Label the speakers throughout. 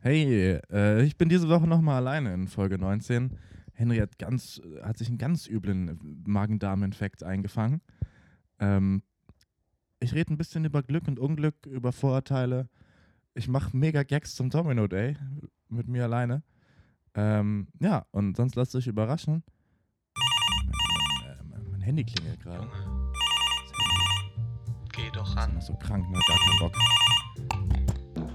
Speaker 1: Hey, äh, ich bin diese Woche nochmal alleine in Folge 19. Henry hat, ganz, hat sich einen ganz üblen Magen-Darm-Infekt eingefangen. Ähm, ich rede ein bisschen über Glück und Unglück, über Vorurteile. Ich mache mega Gags zum Domino Day mit mir alleine. Ähm, ja, und sonst lasst euch überraschen. Mein, mein, mein, mein Handy klingelt gerade.
Speaker 2: Junge, geh doch
Speaker 1: Das ist
Speaker 2: ran.
Speaker 1: immer so krank, ne? Gar keinen Bock.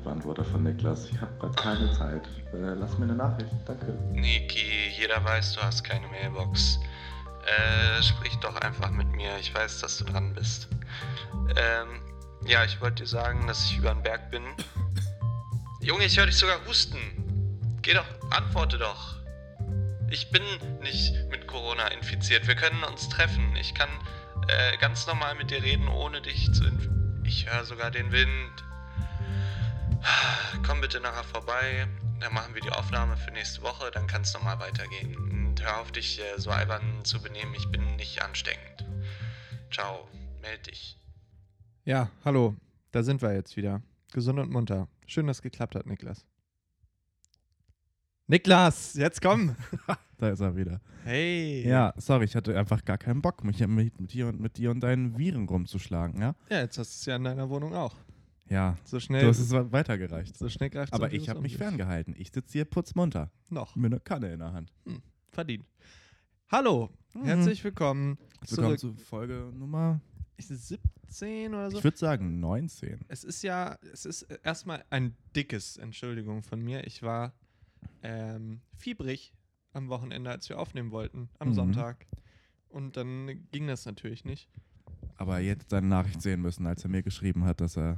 Speaker 3: Beantworter von Niklas. Ich habe gerade keine Zeit. Äh, lass mir eine Nachricht. Danke.
Speaker 2: Niki, jeder weiß, du hast keine Mailbox. Äh, sprich doch einfach mit mir. Ich weiß, dass du dran bist. Ähm, ja, ich wollte dir sagen, dass ich über den Berg bin. Junge, ich höre dich sogar husten. Geh doch, antworte doch. Ich bin nicht mit Corona infiziert. Wir können uns treffen. Ich kann äh, ganz normal mit dir reden, ohne dich zu inf Ich höre sogar den Wind. Komm bitte nachher vorbei, dann machen wir die Aufnahme für nächste Woche, dann kann es nochmal weitergehen. Und hör auf, dich äh, so albern zu benehmen, ich bin nicht ansteckend. Ciao, meld dich.
Speaker 4: Ja, hallo, da sind wir jetzt wieder. Gesund und munter. Schön, dass es geklappt hat, Niklas. Niklas, jetzt komm!
Speaker 1: Da ist er wieder.
Speaker 4: Hey!
Speaker 1: Ja, sorry, ich hatte einfach gar keinen Bock, mich mit, mit, dir, und, mit dir und deinen Viren rumzuschlagen, ja?
Speaker 4: Ja, jetzt hast du es ja in deiner Wohnung auch.
Speaker 1: Ja,
Speaker 4: So
Speaker 1: du
Speaker 4: schnell,
Speaker 1: hast es weitergereicht.
Speaker 4: so schnell greift
Speaker 1: Aber ich habe mich ferngehalten. Ich sitze hier putzmunter
Speaker 4: Noch,
Speaker 1: mit einer Kanne in der Hand.
Speaker 4: verdient. Hallo,
Speaker 1: Mhm.
Speaker 4: herzlich willkommen
Speaker 1: Willkommen
Speaker 4: zurück.
Speaker 1: zu Folge Nummer,
Speaker 4: Ist es 17 oder so?
Speaker 1: ich würde sagen 19.
Speaker 4: Es ist ja, es ist erstmal ein dickes Entschuldigung von mir. Ich war ähm, fiebrig am Wochenende, als wir aufnehmen wollten, am
Speaker 1: Mhm.
Speaker 4: Sonntag. Und dann ging das natürlich nicht.
Speaker 1: Aber jetzt seine Nachricht sehen müssen, als er mir geschrieben hat, dass er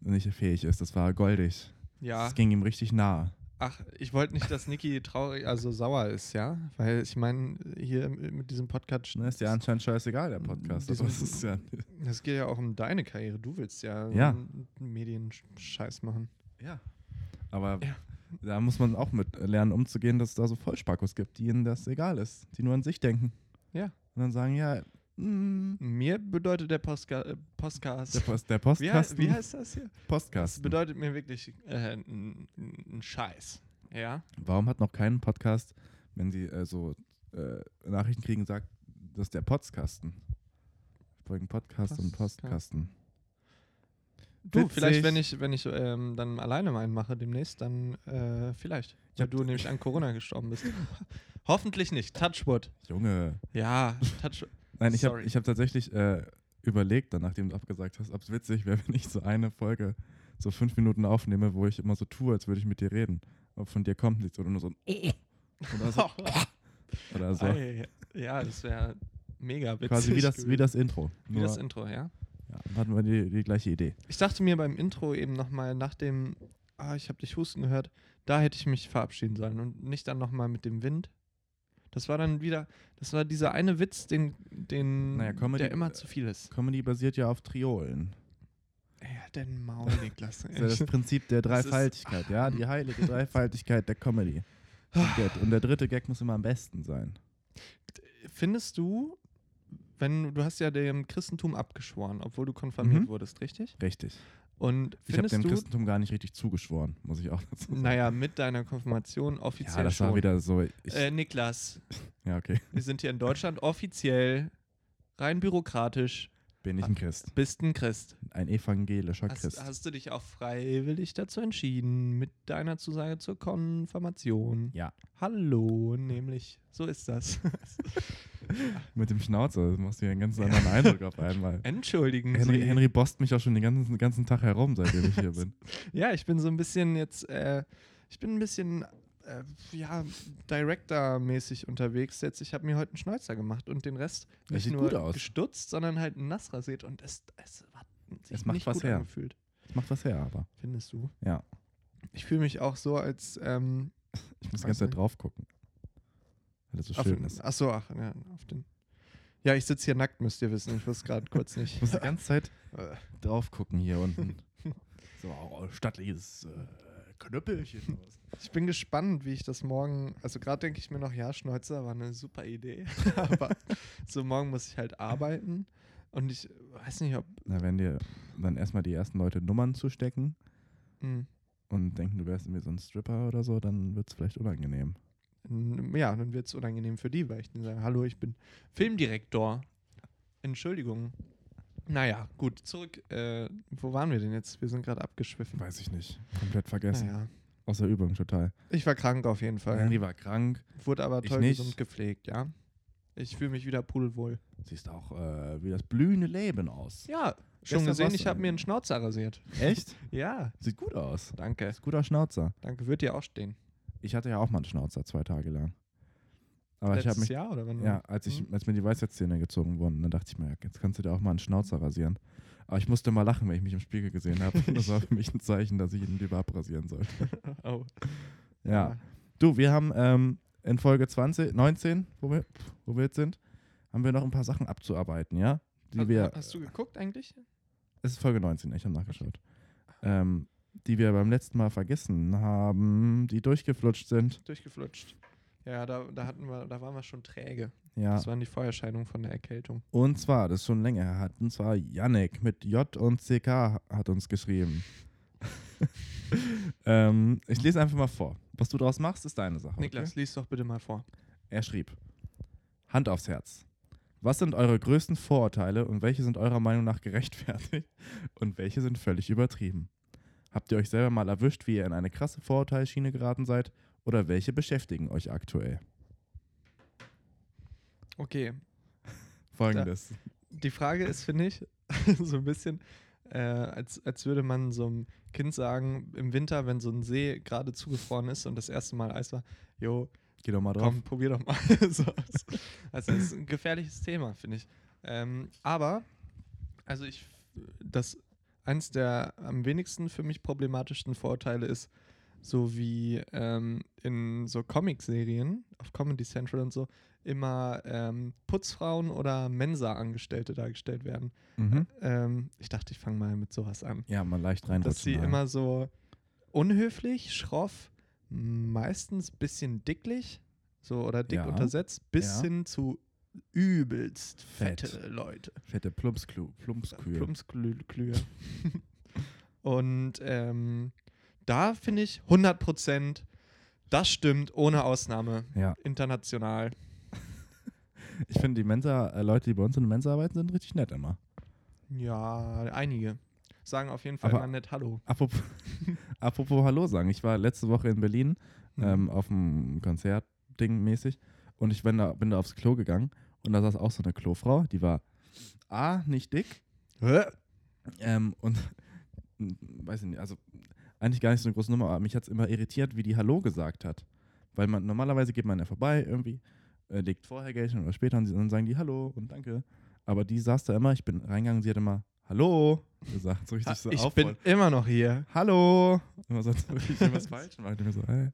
Speaker 1: nicht fähig ist. Das war goldig.
Speaker 4: Ja,
Speaker 1: Das ging ihm richtig nahe.
Speaker 4: ach, ich wollte nicht, dass Niki traurig, also sauer ist, ja. Weil ich meine, hier mit diesem Podcast,
Speaker 1: Ne, ist ja anscheinend scheißegal, der Podcast. Aber
Speaker 4: Diesem-
Speaker 1: es ist ja,
Speaker 4: das geht ja auch um deine Karriere. Du willst ja,
Speaker 1: Ja.
Speaker 4: ähm, Medienscheiß machen.
Speaker 1: ja. Aber
Speaker 4: Ja.
Speaker 1: da muss man auch mit lernen, umzugehen, dass es da so Vollspackos gibt, die ihnen das egal ist, die nur an sich denken.
Speaker 4: Ja.
Speaker 1: Und dann sagen, ja, mm,
Speaker 4: Mir bedeutet der Postka äh, Postcast.
Speaker 1: der, Post, der
Speaker 4: wie, hei-
Speaker 1: Postkasten.
Speaker 4: wie heißt das hier? Das
Speaker 1: Postkasten.
Speaker 4: bedeutet mir wirklich äh, n- n- n Scheiß. Ja?
Speaker 1: Warum hat noch keinen Podcast, wenn sie äh, so äh, Nachrichten kriegen, sagt, das ist der Podcasten? Folgen Podcast und
Speaker 4: Postka-
Speaker 1: Postkasten.
Speaker 4: Du,
Speaker 1: Witzig.
Speaker 4: vielleicht, wenn ich, wenn ich ähm, dann alleine meinen mache demnächst, dann äh, vielleicht.
Speaker 1: Ich
Speaker 4: Weil
Speaker 1: hab-
Speaker 4: du nämlich an Corona gestorben bist. Hoffentlich nicht. Touchwood.
Speaker 1: Junge.
Speaker 4: Ja, Touchwood.
Speaker 1: Nein, ich habe
Speaker 4: Sorry.
Speaker 1: ich hab tatsächlich äh, überlegt, dann, nachdem du abgesagt hast, ob es witzig wäre, wenn ich so eine Folge so fünf Minuten aufnehme, wo ich immer so tue, als würde ich mit dir reden. Ob von dir kommt nichts oder nur so ein oder so. oder so.
Speaker 4: Ei, ja, das wäre mega witzig.
Speaker 1: Also. Quasi wie das, wie das Intro.
Speaker 4: Wie
Speaker 1: Nur,
Speaker 4: das Intro, ja.
Speaker 1: ja, hatten wir die, die gleiche Idee.
Speaker 4: Ich dachte mir beim Intro eben nochmal nach dem, ah, ich habe dich husten gehört, da hätte ich mich verabschieden sollen und nicht dann nochmal mit dem Wind. Das war dann wieder, das war dieser eine Witz, den, den
Speaker 1: Naja, Comedy- äh,
Speaker 4: der immer zu viel ist.
Speaker 1: Comedy basiert ja auf Triolen.
Speaker 4: Ja, denn Maul, Niklas.
Speaker 1: Das ist ja das Prinzip der
Speaker 4: Das ist-
Speaker 1: Dreifaltigkeit, ja, die heilige Dreifaltigkeit der Comedy. Und der, und der dritte Gag muss immer am besten sein.
Speaker 4: Findest du, wenn du hast ja dem Christentum abgeschworen, obwohl du konfirmiert
Speaker 1: Mhm.
Speaker 4: wurdest, richtig?
Speaker 1: Richtig.
Speaker 4: Und
Speaker 1: ich habe
Speaker 4: findest
Speaker 1: dem
Speaker 4: du,
Speaker 1: Christentum gar nicht richtig zugeschworen, muss ich auch dazu sagen.
Speaker 4: naja, mit deiner Konfirmation
Speaker 1: ja,
Speaker 4: offiziell
Speaker 1: das
Speaker 4: schon.
Speaker 1: war wieder so. Ich,
Speaker 4: äh, Niklas,
Speaker 1: ja, okay.
Speaker 4: wir sind hier in Deutschland offiziell rein bürokratisch
Speaker 1: Bin ich ein Christ.
Speaker 4: bist ein Christ.
Speaker 1: Ein evangelischer
Speaker 4: Hast,
Speaker 1: Christ.
Speaker 4: hast du dich auch freiwillig dazu entschieden, mit deiner Zusage zur Konfirmation?
Speaker 1: Ja.
Speaker 4: Hallo, nämlich, so ist das.
Speaker 1: Mit dem Schnauzer das machst du ja einen ganz anderen Eindruck auf einmal.
Speaker 4: Entschuldigen
Speaker 1: Henry,
Speaker 4: Sie.
Speaker 1: Henry bost mich auch schon den ganzen, den ganzen Tag herum, seitdem ich hier bin.
Speaker 4: Ja, ich bin so ein bisschen jetzt, äh, ich bin ein bisschen, äh, ja, Director-mäßig unterwegs jetzt. Ich habe mir heute einen Schnäuzer gemacht und den Rest
Speaker 1: Das
Speaker 4: nicht
Speaker 1: sieht
Speaker 4: nur
Speaker 1: gut aus.
Speaker 4: gestutzt, sondern halt nass rasiert und es, es hat sich
Speaker 1: Es macht
Speaker 4: nicht
Speaker 1: was
Speaker 4: gut
Speaker 1: her.
Speaker 4: angefühlt.
Speaker 1: Das macht was her, aber.
Speaker 4: Findest du?
Speaker 1: Ja.
Speaker 4: Ich fühle mich auch so, als ähm,
Speaker 1: Ich muss die
Speaker 4: Weiß
Speaker 1: ganze Zeit
Speaker 4: nicht.
Speaker 1: drauf gucken. Weil das so
Speaker 4: Auf
Speaker 1: schön
Speaker 4: den-
Speaker 1: ist.
Speaker 4: Ach so, ach, ja, auf den. Ja, ich sitze hier nackt, müsst ihr wissen. Ich wusste gerade kurz nicht.
Speaker 1: Ich muss die ganze Zeit
Speaker 4: Äh,
Speaker 1: drauf gucken hier unten. so oh, stattliches äh, Knüppelchen.
Speaker 4: Ich bin gespannt, wie ich das morgen. Also, gerade denke ich mir noch, ja, Schnäuzer war eine super Idee. Aber so morgen muss ich halt arbeiten. Und ich weiß nicht, ob.
Speaker 1: Na, wenn dir dann erstmal die ersten Leute Nummern zustecken
Speaker 4: Mh,
Speaker 1: und denken, du wärst irgendwie so ein Stripper oder so, dann wird es vielleicht unangenehm.
Speaker 4: N- Ja, dann wird es unangenehm für die, weil ich dann sage, hallo, ich bin Filmdirektor. Entschuldigung. Naja, gut, zurück. Äh, wo waren wir denn jetzt? Wir sind gerade abgeschwiffen.
Speaker 1: Weiß ich nicht. Komplett vergessen.
Speaker 4: Naja.
Speaker 1: Außer Übung total.
Speaker 4: Ich war krank auf jeden Fall.
Speaker 1: Henry war krank,
Speaker 4: Wurde aber
Speaker 1: Ich
Speaker 4: toll
Speaker 1: nicht.
Speaker 4: gesund gepflegt, ja. Ich fühle mich wieder pudelwohl.
Speaker 1: siehst auch äh, wie das blühende Leben aus.
Speaker 4: Ja,
Speaker 1: Gestern
Speaker 4: schon gesehen,
Speaker 1: warst
Speaker 4: ich
Speaker 1: du-
Speaker 4: habe mir einen Schnauzer rasiert.
Speaker 1: Echt?
Speaker 4: Ja,
Speaker 1: Sieht gut aus.
Speaker 4: danke.
Speaker 1: Ist guter Schnauzer.
Speaker 4: Danke, wird dir auch stehen.
Speaker 1: Ich hatte ja auch mal einen Schnauzer zwei Tage lang. Aber ich habe mich.
Speaker 4: Jahr oder wann?
Speaker 1: Ja, als, ich, als mir die Weisheitszähne gezogen wurden, dann dachte ich mir, ja, jetzt kannst du dir auch mal einen Schnauzer rasieren. Aber ich musste mal lachen, wenn ich mich im Spiegel gesehen habe. Das war für mich ein Zeichen, dass ich ihn lieber abrasieren sollte.
Speaker 4: Oh.
Speaker 1: Ja. Du, wir haben ähm, in Folge 20, 19, wo wir, pff, wo wir jetzt sind, haben wir noch ein paar Sachen abzuarbeiten, ja? Die
Speaker 4: Hast,
Speaker 1: wir,
Speaker 4: hast du geguckt eigentlich?
Speaker 1: es ist Folge 19, ich habe nachgeschaut. Ähm, die wir beim letzten Mal vergessen haben, die durchgeflutscht sind.
Speaker 4: Durchgeflutscht. Ja, da, da hatten wir, da waren wir schon träge.
Speaker 1: Ja.
Speaker 4: Das waren die Feuerscheinungen von der Erkältung.
Speaker 1: Und zwar, das ist schon länger her, hat und zwar Yannick mit J und CK hat uns geschrieben. ähm, ich lese einfach mal vor. Was du daraus machst, ist deine Sache.
Speaker 4: Niklas, lies doch bitte mal vor.
Speaker 1: Er schrieb: Hand aufs Herz. Was sind eure größten Vorurteile und welche sind eurer Meinung nach gerechtfertigt und welche sind völlig übertrieben? Habt ihr euch selber mal erwischt, wie ihr in eine krasse Vorurteilschiene geraten seid oder welche beschäftigen euch aktuell?
Speaker 4: Okay,
Speaker 1: Folgendes.
Speaker 4: die Frage ist, finde ich, so ein bisschen, äh, als, als würde man so einem Kind sagen, im Winter, wenn so ein See gerade zugefroren ist und das erste Mal Eis war, jo,
Speaker 1: Geh doch mal drauf.
Speaker 4: komm, probier doch mal. so, also, also das ist ein gefährliches Thema, finde ich. Ähm, aber, also ich, f- das, eins der am wenigsten für mich problematischsten Vorurteile ist, so wie ähm, in so Comic-Serien auf Comedy Central und so, immer ähm, Putzfrauen oder Mensa-Angestellte dargestellt werden.
Speaker 1: Mhm.
Speaker 4: Ähm, ich dachte, ich fange mal mit sowas an.
Speaker 1: Ja, mal leicht reinrutschen. ne?
Speaker 4: Dass sie
Speaker 1: da.
Speaker 4: immer so unhöflich, schroff, meistens bisschen dicklich, so oder dick
Speaker 1: Ja.
Speaker 4: untersetzt, bis
Speaker 1: Ja.
Speaker 4: hin zu übelst
Speaker 1: Fett.
Speaker 4: fette Leute.
Speaker 1: Fette Plumpsklu-
Speaker 4: Äh,
Speaker 1: Plumpskühe.
Speaker 4: Plumpsklühe. Und ähm, da finde ich 100 Prozent, das stimmt ohne Ausnahme.
Speaker 1: Ja.
Speaker 4: International.
Speaker 1: Ich finde, die Mensa, äh, Leute, die bei uns in der Mensa arbeiten, sind richtig nett immer.
Speaker 4: Ja, einige. Sagen auf jeden Fall
Speaker 1: Aber-
Speaker 4: mal nett Hallo.
Speaker 1: Apropos, apropos Hallo sagen. Ich war letzte Woche in Berlin
Speaker 4: Mhm.
Speaker 1: ähm, auf dem Konzertding mäßig und ich bin da, bin da aufs Klo gegangen und da saß auch so eine Klofrau, die war A, nicht dick
Speaker 4: Hä?
Speaker 1: ähm, und m, weiß ich nicht, also eigentlich gar nicht so eine große Nummer, aber mich hat es immer irritiert, wie die Hallo gesagt hat. Weil man normalerweise geht man ja vorbei irgendwie, äh, legt vorher Geld hin oder später und sie- dann sagen die Hallo und danke. Aber die saß da immer, ich bin reingegangen, sie hat immer Hallo gesagt, so richtig so
Speaker 4: Ah, ich
Speaker 1: aufrollend.
Speaker 4: bin immer noch hier.
Speaker 1: Hallo! Immer so, als würde ich irgendwas falsch machen. Ich bin so, hey,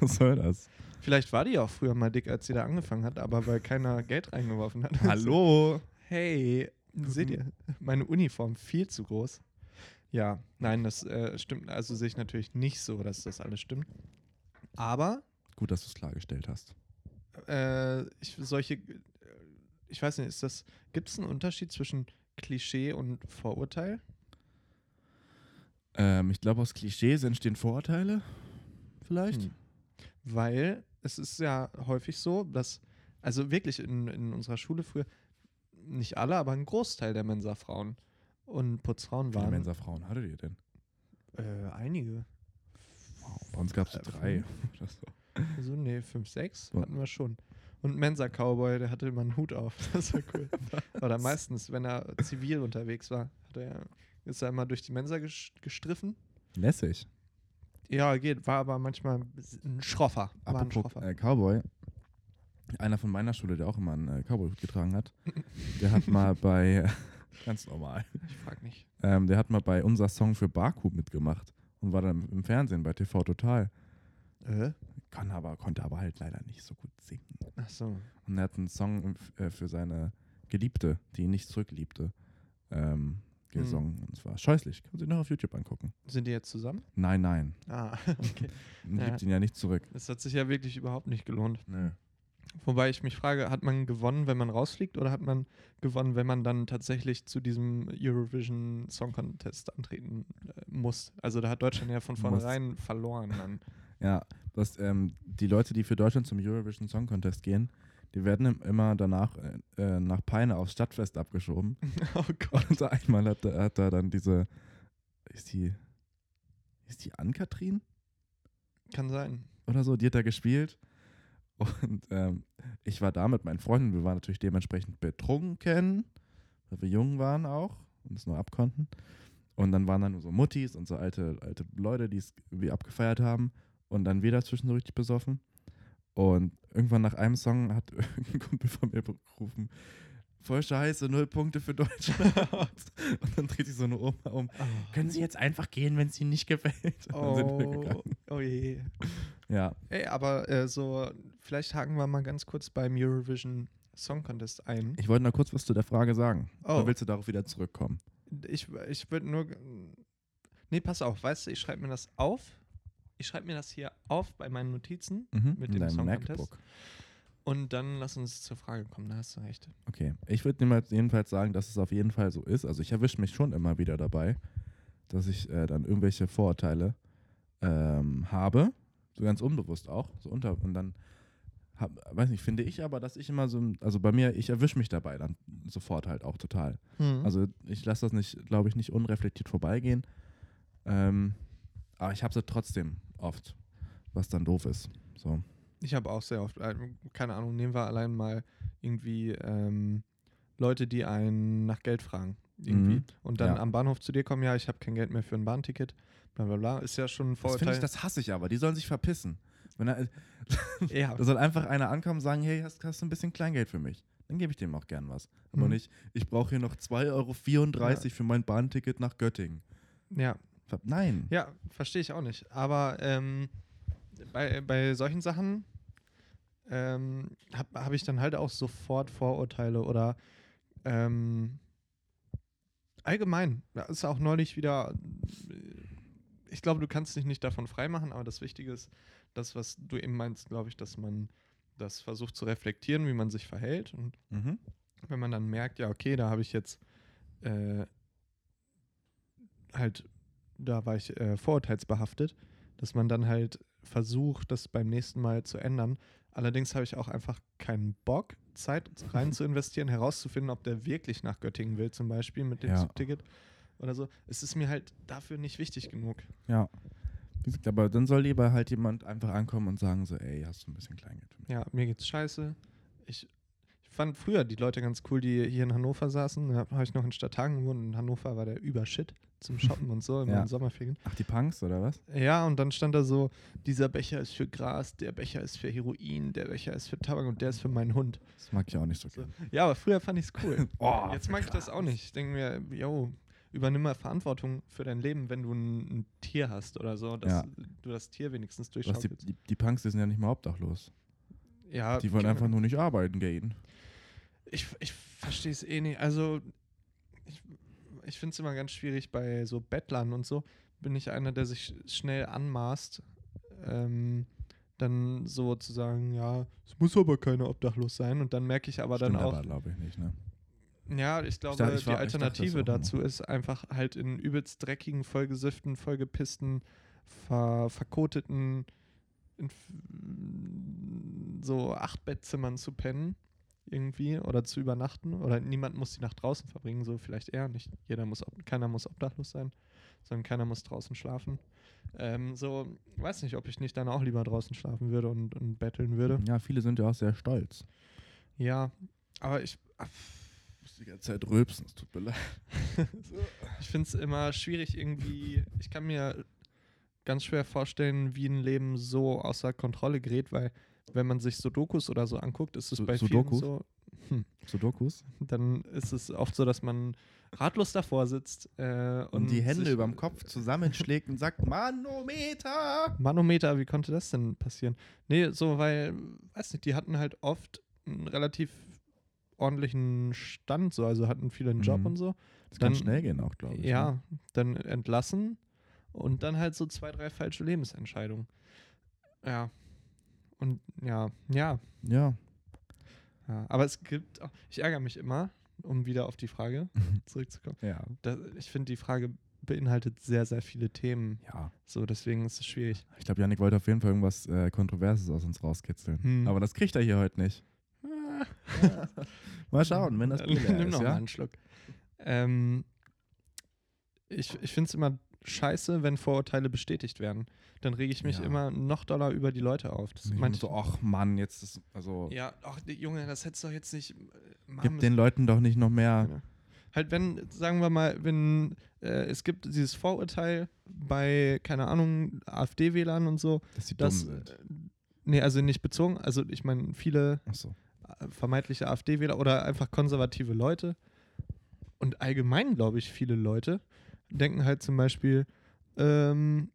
Speaker 1: was soll das?
Speaker 4: Vielleicht war die auch früher mal dick, als sie da angefangen hat, aber weil keiner Geld reingeworfen hat.
Speaker 1: Hallo!
Speaker 4: Hey, seht ihr, meine Uniform viel zu groß. Ja, nein, das äh, stimmt. Also sehe ich natürlich nicht so, dass das alles stimmt. Aber
Speaker 1: Gut, dass du es klargestellt hast.
Speaker 4: äh, ich, solche, äh, ich weiß nicht, ist das, gibt es einen Unterschied zwischen Klischee und Vorurteil?
Speaker 1: Ähm, ich glaube, aus Klischees entstehen Vorurteile. Vielleicht?
Speaker 4: Hm. Weil es ist ja häufig so, dass, also wirklich in, in unserer Schule früher, nicht alle, aber ein Großteil der Mensa-Frauen und Putzfrauen
Speaker 1: Wie viele
Speaker 4: waren
Speaker 1: Mensa-Frauen hattet ihr denn?
Speaker 4: Äh, einige.
Speaker 1: Bei uns gab es
Speaker 4: Äh,
Speaker 1: drei. oder so.
Speaker 4: So, Also, nee, fünf, sechs
Speaker 1: Ja.
Speaker 4: hatten wir schon. Und Mensa Cowboy, der hatte immer einen Hut auf. Das war cool. Oder meistens, wenn er zivil unterwegs war, hat er, ist er immer durch die Mensa gesch- gestriffen.
Speaker 1: Lässig.
Speaker 4: Ja, geht. War aber manchmal ein Schroffer. War ein
Speaker 1: Apropos
Speaker 4: Schroffer.
Speaker 1: äh, Cowboy. Einer von meiner Schule, der auch immer einen äh, Cowboy-Hut getragen hat, der hat mal bei, ganz normal,
Speaker 4: Ich frag nicht.
Speaker 1: ähm, der hat mal bei unser Song für Baku mitgemacht und war dann im Fernsehen bei TV Total.
Speaker 4: Äh?
Speaker 1: Kann aber, konnte aber halt leider nicht so gut singen.
Speaker 4: Ach so.
Speaker 1: Und er hat einen Song im F- äh, für seine Geliebte, die ihn nicht zurückliebte, ähm, gesungen. Und zwar scheußlich. Kann man sich noch auf YouTube angucken.
Speaker 4: Sind die jetzt zusammen?
Speaker 1: Nein, nein.
Speaker 4: Ah, okay.
Speaker 1: Und
Speaker 4: Ja.
Speaker 1: Liebt ihn ja nicht zurück.
Speaker 4: Das hat sich ja wirklich überhaupt nicht gelohnt.
Speaker 1: Nö.
Speaker 4: Wobei ich mich frage, hat man gewonnen, wenn man rausfliegt oder hat man gewonnen, wenn man dann tatsächlich zu diesem Eurovision Song Contest antreten äh, muss? Also da hat Deutschland ja von
Speaker 1: Muss.
Speaker 4: vornherein verloren dann.
Speaker 1: Ja, dass ähm, die Leute, die für Deutschland zum Eurovision Song Contest gehen, die werden im- immer danach äh, nach Peine aufs Stadtfest abgeschoben.
Speaker 4: oh Gott.
Speaker 1: Und einmal hat, da- hat da dann diese, ist die, ist die Ann-Kathrin
Speaker 4: Kann sein.
Speaker 1: oder so, die hat da gespielt. Und ähm, ich war da mit meinen Freunden, wir waren natürlich dementsprechend betrunken, weil wir jung waren auch und es nur abkonnten. Und dann waren da nur so Muttis und so alte, alte Leute, die es irgendwie abgefeiert haben. Und dann wir dazwischen so richtig besoffen. Und irgendwann nach einem Song hat irgendein Kumpel von mir gerufen, voll scheiße, null Punkte für Deutschland. und dann dreht sich so eine Oma um. Können Sie jetzt einfach gehen, wenn es Ihnen nicht gefällt? Und dann sind wir
Speaker 4: Oh,
Speaker 1: gegangen.
Speaker 4: oh je.
Speaker 1: Ja,
Speaker 4: Ey, aber äh, so, vielleicht haken wir mal ganz kurz beim Eurovision Song Contest ein.
Speaker 1: Ich wollte noch kurz was zu der Frage sagen.
Speaker 4: Oh.
Speaker 1: Oder willst du darauf wieder zurückkommen?
Speaker 4: Ich, ich würde nur. Nee, pass auf, weißt du, ich schreibe mir das auf. Ich schreibe mir das hier auf bei meinen Notizen Mhm. mit dem
Speaker 1: Deinem
Speaker 4: Song Contest. Und dann lass uns zur Frage kommen, da hast du recht.
Speaker 1: Okay. Ich würde jedenfalls sagen, dass es auf jeden Fall so ist. Also ich erwische mich schon immer wieder dabei, dass ich äh, dann irgendwelche Vorurteile ähm, habe. So ganz unbewusst auch. So unter und dann hab, weiß nicht, finde ich aber, dass ich immer so, ein- also bei mir, ich erwische mich dabei dann sofort halt auch total.
Speaker 4: Also,
Speaker 1: Also ich lasse das nicht, glaube ich, nicht unreflektiert vorbeigehen. Ähm, aber ich habe sie trotzdem oft, was dann doof ist. So.
Speaker 4: ich habe auch sehr oft, äh, keine Ahnung, nehmen wir allein mal irgendwie ähm, Leute, die einen nach Geld fragen. Irgendwie.
Speaker 1: Mhm.
Speaker 4: Und dann
Speaker 1: Ja.
Speaker 4: am Bahnhof zu dir kommen, ja, ich habe kein Geld mehr für ein Bahnticket. Bla bla bla. Ist ja schon ein
Speaker 1: Das, find
Speaker 4: Vorurteil.
Speaker 1: ich, das hasse ich aber. Die sollen sich verpissen. Wenn er,
Speaker 4: ja.
Speaker 1: da soll einfach einer ankommen und sagen, hey, hast, hast du ein bisschen Kleingeld für mich? Dann gebe ich dem auch gern was. Aber
Speaker 4: Mhm.
Speaker 1: nicht, ich brauche hier noch 2,34 Euro für mein Bahnticket nach Göttingen.
Speaker 4: ja.
Speaker 1: Ver- Nein.
Speaker 4: Ja, verstehe ich auch nicht. Aber ähm, bei, bei solchen Sachen ähm, habe hab ich dann halt auch sofort Vorurteile oder ähm, allgemein. Da ist auch neulich wieder. äh, Ich glaube, du kannst dich nicht davon freimachen, aber das Wichtige ist, das, was du eben meinst, glaube ich, dass man das versucht zu reflektieren, wie man sich verhält und
Speaker 1: Mhm.
Speaker 4: wenn man dann merkt, ja, okay, da habe ich jetzt äh, halt, da war ich äh, vorurteilsbehaftet, dass man dann halt versucht, das beim nächsten Mal zu ändern. Allerdings habe ich auch einfach keinen Bock, Zeit rein zu investieren, herauszufinden, ob der wirklich nach Göttingen will, zum Beispiel mit dem
Speaker 1: Ja.
Speaker 4: Zugticket oder so. Es ist mir halt dafür nicht wichtig genug.
Speaker 1: Ja. Wie gesagt, aber dann soll lieber halt jemand einfach ankommen und sagen so, ey, hast du ein bisschen Kleingeld für mich?
Speaker 4: Ja, mir geht's scheiße. Ich, ich fand früher die Leute ganz cool, die hier in Hannover saßen. Da habe ich noch in Stadthagen gewohnt. In Hannover war der Übershit zum Shoppen und so in
Speaker 1: Ja.
Speaker 4: den Sommerferien.
Speaker 1: Ach, die Punks oder was?
Speaker 4: Ja, und dann stand da so: dieser Becher ist für Gras, der Becher ist für Heroin, der Becher ist für Tabak und der ist für meinen Hund.
Speaker 1: Das mag ich auch nicht so
Speaker 4: So.
Speaker 1: gerne.
Speaker 4: Ja, aber früher fand ich's cool.
Speaker 1: Oh,
Speaker 4: Jetzt mag ich das auch nicht. Ich denke mir, yo, übernimm mal Verantwortung für dein Leben, wenn du ein, ein Tier hast oder so, dass
Speaker 1: Ja.
Speaker 4: du das Tier wenigstens
Speaker 1: Was, die,
Speaker 4: durchschaukelst.
Speaker 1: die, die Punks, die sind ja nicht mal obdachlos.
Speaker 4: Ja,
Speaker 1: Die wollen
Speaker 4: keine
Speaker 1: einfach nur nicht arbeiten gehen.
Speaker 4: Ich, ich verstehe es eh nicht. Also, ich, ich finde es immer ganz schwierig bei so Bettlern und so. Bin ich einer, der sich sch- schnell anmaßt, ähm, dann so zu sagen, ja, es muss aber keiner obdachlos sein. Und dann merke ich aber dann
Speaker 1: Stimmt
Speaker 4: auch,
Speaker 1: aber, glaube ich, nicht. Ne?
Speaker 4: ja, ich glaube,
Speaker 1: dachte, ich
Speaker 4: die
Speaker 1: war- ich dachte
Speaker 4: Alternative
Speaker 1: das auch
Speaker 4: dazu ist einfach halt in übelst dreckigen, vollgesüfften, vollgepissten, ver verkoteten, in f- so Achtbettzimmern zu pennen irgendwie oder zu übernachten oder niemand muss die Nacht draußen verbringen, so vielleicht eher nicht. Jeder muss, ob- keiner muss obdachlos sein, sondern keiner muss draußen schlafen. Ähm, so, weiß nicht, ob ich nicht dann auch lieber draußen schlafen würde und, und betteln würde.
Speaker 1: Ja, viele sind ja auch sehr stolz.
Speaker 4: Ja, aber ich,
Speaker 1: Ich muss die ganze Zeit rülpsen, es tut mir leid.
Speaker 4: Ich finde es immer schwierig irgendwie. Ich kann mir ganz schwer vorstellen, wie ein Leben so außer Kontrolle gerät, weil wenn man sich Sudokus oder so anguckt, ist es
Speaker 1: Su-
Speaker 4: bei vielen
Speaker 1: Sudokus?
Speaker 4: so,
Speaker 1: Sudokus?
Speaker 4: dann ist es oft so, dass man ratlos davor sitzt äh, und,
Speaker 1: Und die Hände
Speaker 4: sich-
Speaker 1: überm Kopf zusammenschlägt und sagt, Manometer!
Speaker 4: Manometer, wie konnte das denn passieren? Nee, so, weil, weiß nicht, die hatten halt oft einen relativ ordentlichen Stand, so, also hatten viele einen Job
Speaker 1: Mhm.
Speaker 4: und so.
Speaker 1: Das kann
Speaker 4: Dann-
Speaker 1: schnell gehen auch, glaube ich.
Speaker 4: Ja,
Speaker 1: Ne?
Speaker 4: dann entlassen und dann halt so zwei, drei falsche Lebensentscheidungen. Ja. Und ja, ja,
Speaker 1: Ja.
Speaker 4: Ja, aber es gibt, auch- ich ärgere mich immer, um wieder auf die Frage zurückzukommen.
Speaker 1: Ja.
Speaker 4: Da, ich finde, die Frage beinhaltet sehr, sehr viele Themen.
Speaker 1: Ja.
Speaker 4: So, deswegen ist es schwierig.
Speaker 1: Ich glaube, Janik wollte auf jeden Fall irgendwas äh, Kontroverses aus uns rauskitzeln.
Speaker 4: Hm.
Speaker 1: Aber das kriegt er hier heute nicht. Mal schauen, wenn das Bier leer
Speaker 4: Nimm
Speaker 1: ist,
Speaker 4: noch mal
Speaker 1: ja?
Speaker 4: einen Schluck. Ähm, ich ich finde es immer scheiße, wenn Vorurteile bestätigt werden. Dann rege ich mich
Speaker 1: Ja.
Speaker 4: immer noch doller über die Leute auf. Das
Speaker 1: Ich bin
Speaker 4: meinte
Speaker 1: so, ach Mann, jetzt ist, also,
Speaker 4: Ja, ach nee, Junge, das hättest du doch jetzt nicht äh, machen
Speaker 1: gib den Leuten doch nicht noch mehr.
Speaker 4: Genau. Halt, wenn, sagen wir mal, wenn äh, es gibt dieses Vorurteil bei, keine Ahnung, AfD-Wählern und so,
Speaker 1: dass sie
Speaker 4: dass.
Speaker 1: dumm sind.
Speaker 4: Äh, nee, also nicht bezogen, also ich meine, viele
Speaker 1: Achso.
Speaker 4: äh, vermeintliche AfD-Wähler oder einfach konservative Leute und allgemein, glaube ich, viele Leute denken halt zum Beispiel, ähm,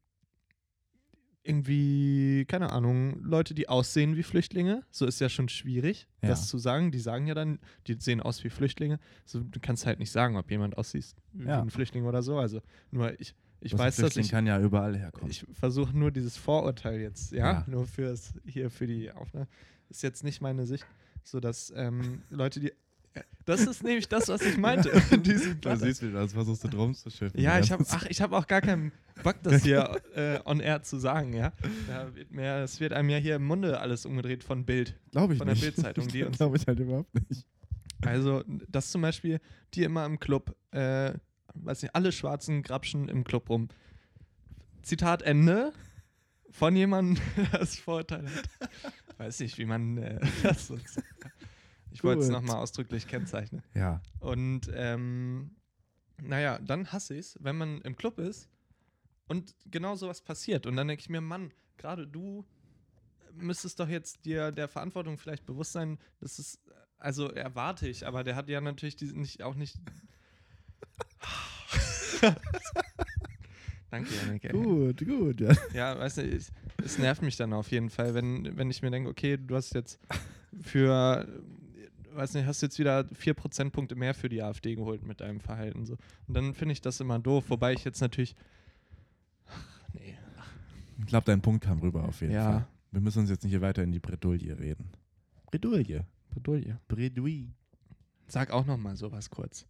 Speaker 4: irgendwie, keine Ahnung, Leute, die aussehen wie Flüchtlinge, so ist ja schon schwierig,
Speaker 1: Ja.
Speaker 4: das zu sagen. Die sagen ja dann, die sehen aus wie Flüchtlinge. So, du kannst halt nicht sagen, ob jemand aussieht wie
Speaker 1: Ja.
Speaker 4: ein Flüchtling oder so. Also nur ich, ich
Speaker 1: Das
Speaker 4: weiß, dass
Speaker 1: Flüchtling
Speaker 4: ich,
Speaker 1: kann ja überall herkommen.
Speaker 4: ich versuche nur dieses Vorurteil jetzt, ja,
Speaker 1: Ja.
Speaker 4: nur fürs hier für die Aufnahme. Ist jetzt nicht meine Sicht, so dass ähm, Leute, die. Das ist nämlich das, was ich meinte. Diese
Speaker 1: du
Speaker 4: Platte.
Speaker 1: siehst wieder, das versuchst du drum zu schiffen.
Speaker 4: ja, ich habe ach, ich habe auch gar keinen Bock, das hier äh, on air zu sagen, ja. Da wird mir, es wird einem ja hier im Munde alles umgedreht von Bild.
Speaker 1: glaube ich
Speaker 4: von der
Speaker 1: nicht.
Speaker 4: Bild-Zeitung, die uns-
Speaker 1: glaube ich halt überhaupt nicht.
Speaker 4: Also, dass zum Beispiel die immer im Club, äh, weiß nicht, alle Schwarzen grapschen im Club rum. Zitat Ende von jemandem, der das Vorurteil hat. Weiß nicht, wie man äh, das sonst. Ich wollte es
Speaker 1: Gut.
Speaker 4: nochmal ausdrücklich kennzeichnen.
Speaker 1: Ja,
Speaker 4: Und ähm, naja, dann hasse ich es, wenn man im Club ist und genau sowas passiert. Und dann denke ich mir, Mann, gerade du müsstest doch jetzt dir der Verantwortung vielleicht bewusst sein, das ist, also erwarte ich, aber der hat ja natürlich diese nicht, auch nicht. Danke, Janik. ey.
Speaker 1: gut, gut, ja.
Speaker 4: Ja, weißt du, ich, es nervt mich dann auf jeden Fall, wenn, wenn ich mir denke, okay, du hast jetzt für, äh, weiß nicht, hast jetzt wieder vier Prozentpunkte mehr für die AfD geholt mit deinem Verhalten. So. Und dann finde ich das immer doof, wobei ich jetzt natürlich. Ach, nee.
Speaker 1: Ich glaube, dein Punkt kam rüber auf jeden
Speaker 4: Ja.
Speaker 1: Fall. Wir müssen uns jetzt nicht hier weiter in die Bredouille reden. Bredouille.
Speaker 4: Bedulie.
Speaker 1: Bredouille.
Speaker 4: Sag auch nochmal sowas kurz.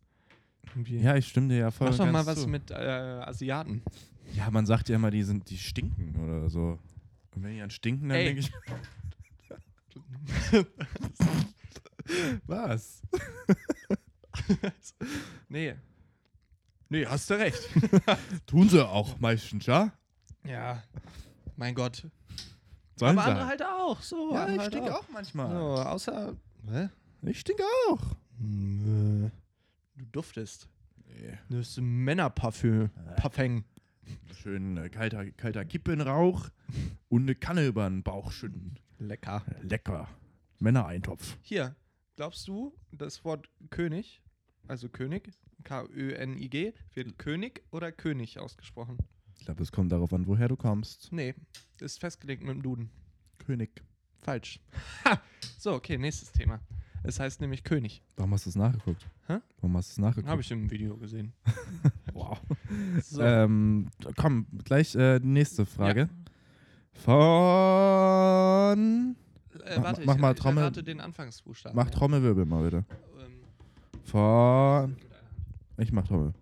Speaker 4: Irgendwie.
Speaker 1: Ja, ich stimme dir ja voll
Speaker 4: Mach
Speaker 1: und
Speaker 4: doch
Speaker 1: ganz
Speaker 4: mal was
Speaker 1: zu.
Speaker 4: mit äh, Asiaten.
Speaker 1: Ja, man sagt ja immer, die sind, die stinken oder so. Und wenn die an stinken, dann
Speaker 4: Ey.
Speaker 1: denke ich, was?
Speaker 4: nee. Nee, hast du recht.
Speaker 1: Tun sie auch meistens, ja?
Speaker 4: ja. Mein Gott.
Speaker 1: Sollen
Speaker 4: Aber
Speaker 1: sie
Speaker 4: andere halt auch. So,
Speaker 1: Ja,
Speaker 4: andere
Speaker 1: ich
Speaker 4: halt
Speaker 1: stinke auch manchmal.
Speaker 4: So, außer. Hä?
Speaker 1: Ich stinke auch.
Speaker 4: Nö. Du duftest. Äh.
Speaker 1: Nee.
Speaker 4: Das ist ein Männerparfüm. Parfum.
Speaker 1: Schön äh, kalter, kalter Kippenrauch und eine Kanne über den Bauch schütten.
Speaker 4: Lecker.
Speaker 1: Lecker. Männereintopf.
Speaker 4: Hier, glaubst du, das Wort König, also König, K-Ö-N-I-G, wird König oder König ausgesprochen?
Speaker 1: Ich glaube, es kommt darauf an, woher du kommst.
Speaker 4: Nee, ist festgelegt mit dem Duden.
Speaker 1: König.
Speaker 4: Falsch. Ha! So, okay, nächstes Thema. Es heißt nämlich König.
Speaker 1: Warum hast du es nachgeguckt?
Speaker 4: Hä?
Speaker 1: Warum hast du es nachgeguckt?
Speaker 4: Habe ich im Video gesehen. Äh,
Speaker 1: Wow.
Speaker 4: So.
Speaker 1: Ähm, komm, gleich äh, die nächste Frage. Von.
Speaker 4: Äh,
Speaker 1: mach-
Speaker 4: warte,
Speaker 1: mach mal
Speaker 4: ich, ich
Speaker 1: Trommel-
Speaker 4: errate den Anfangsbuchstaben.
Speaker 1: Mach
Speaker 4: ja.
Speaker 1: Trommelwirbel mal bitte.
Speaker 4: Ähm,
Speaker 1: Von. Ich mach Trommel.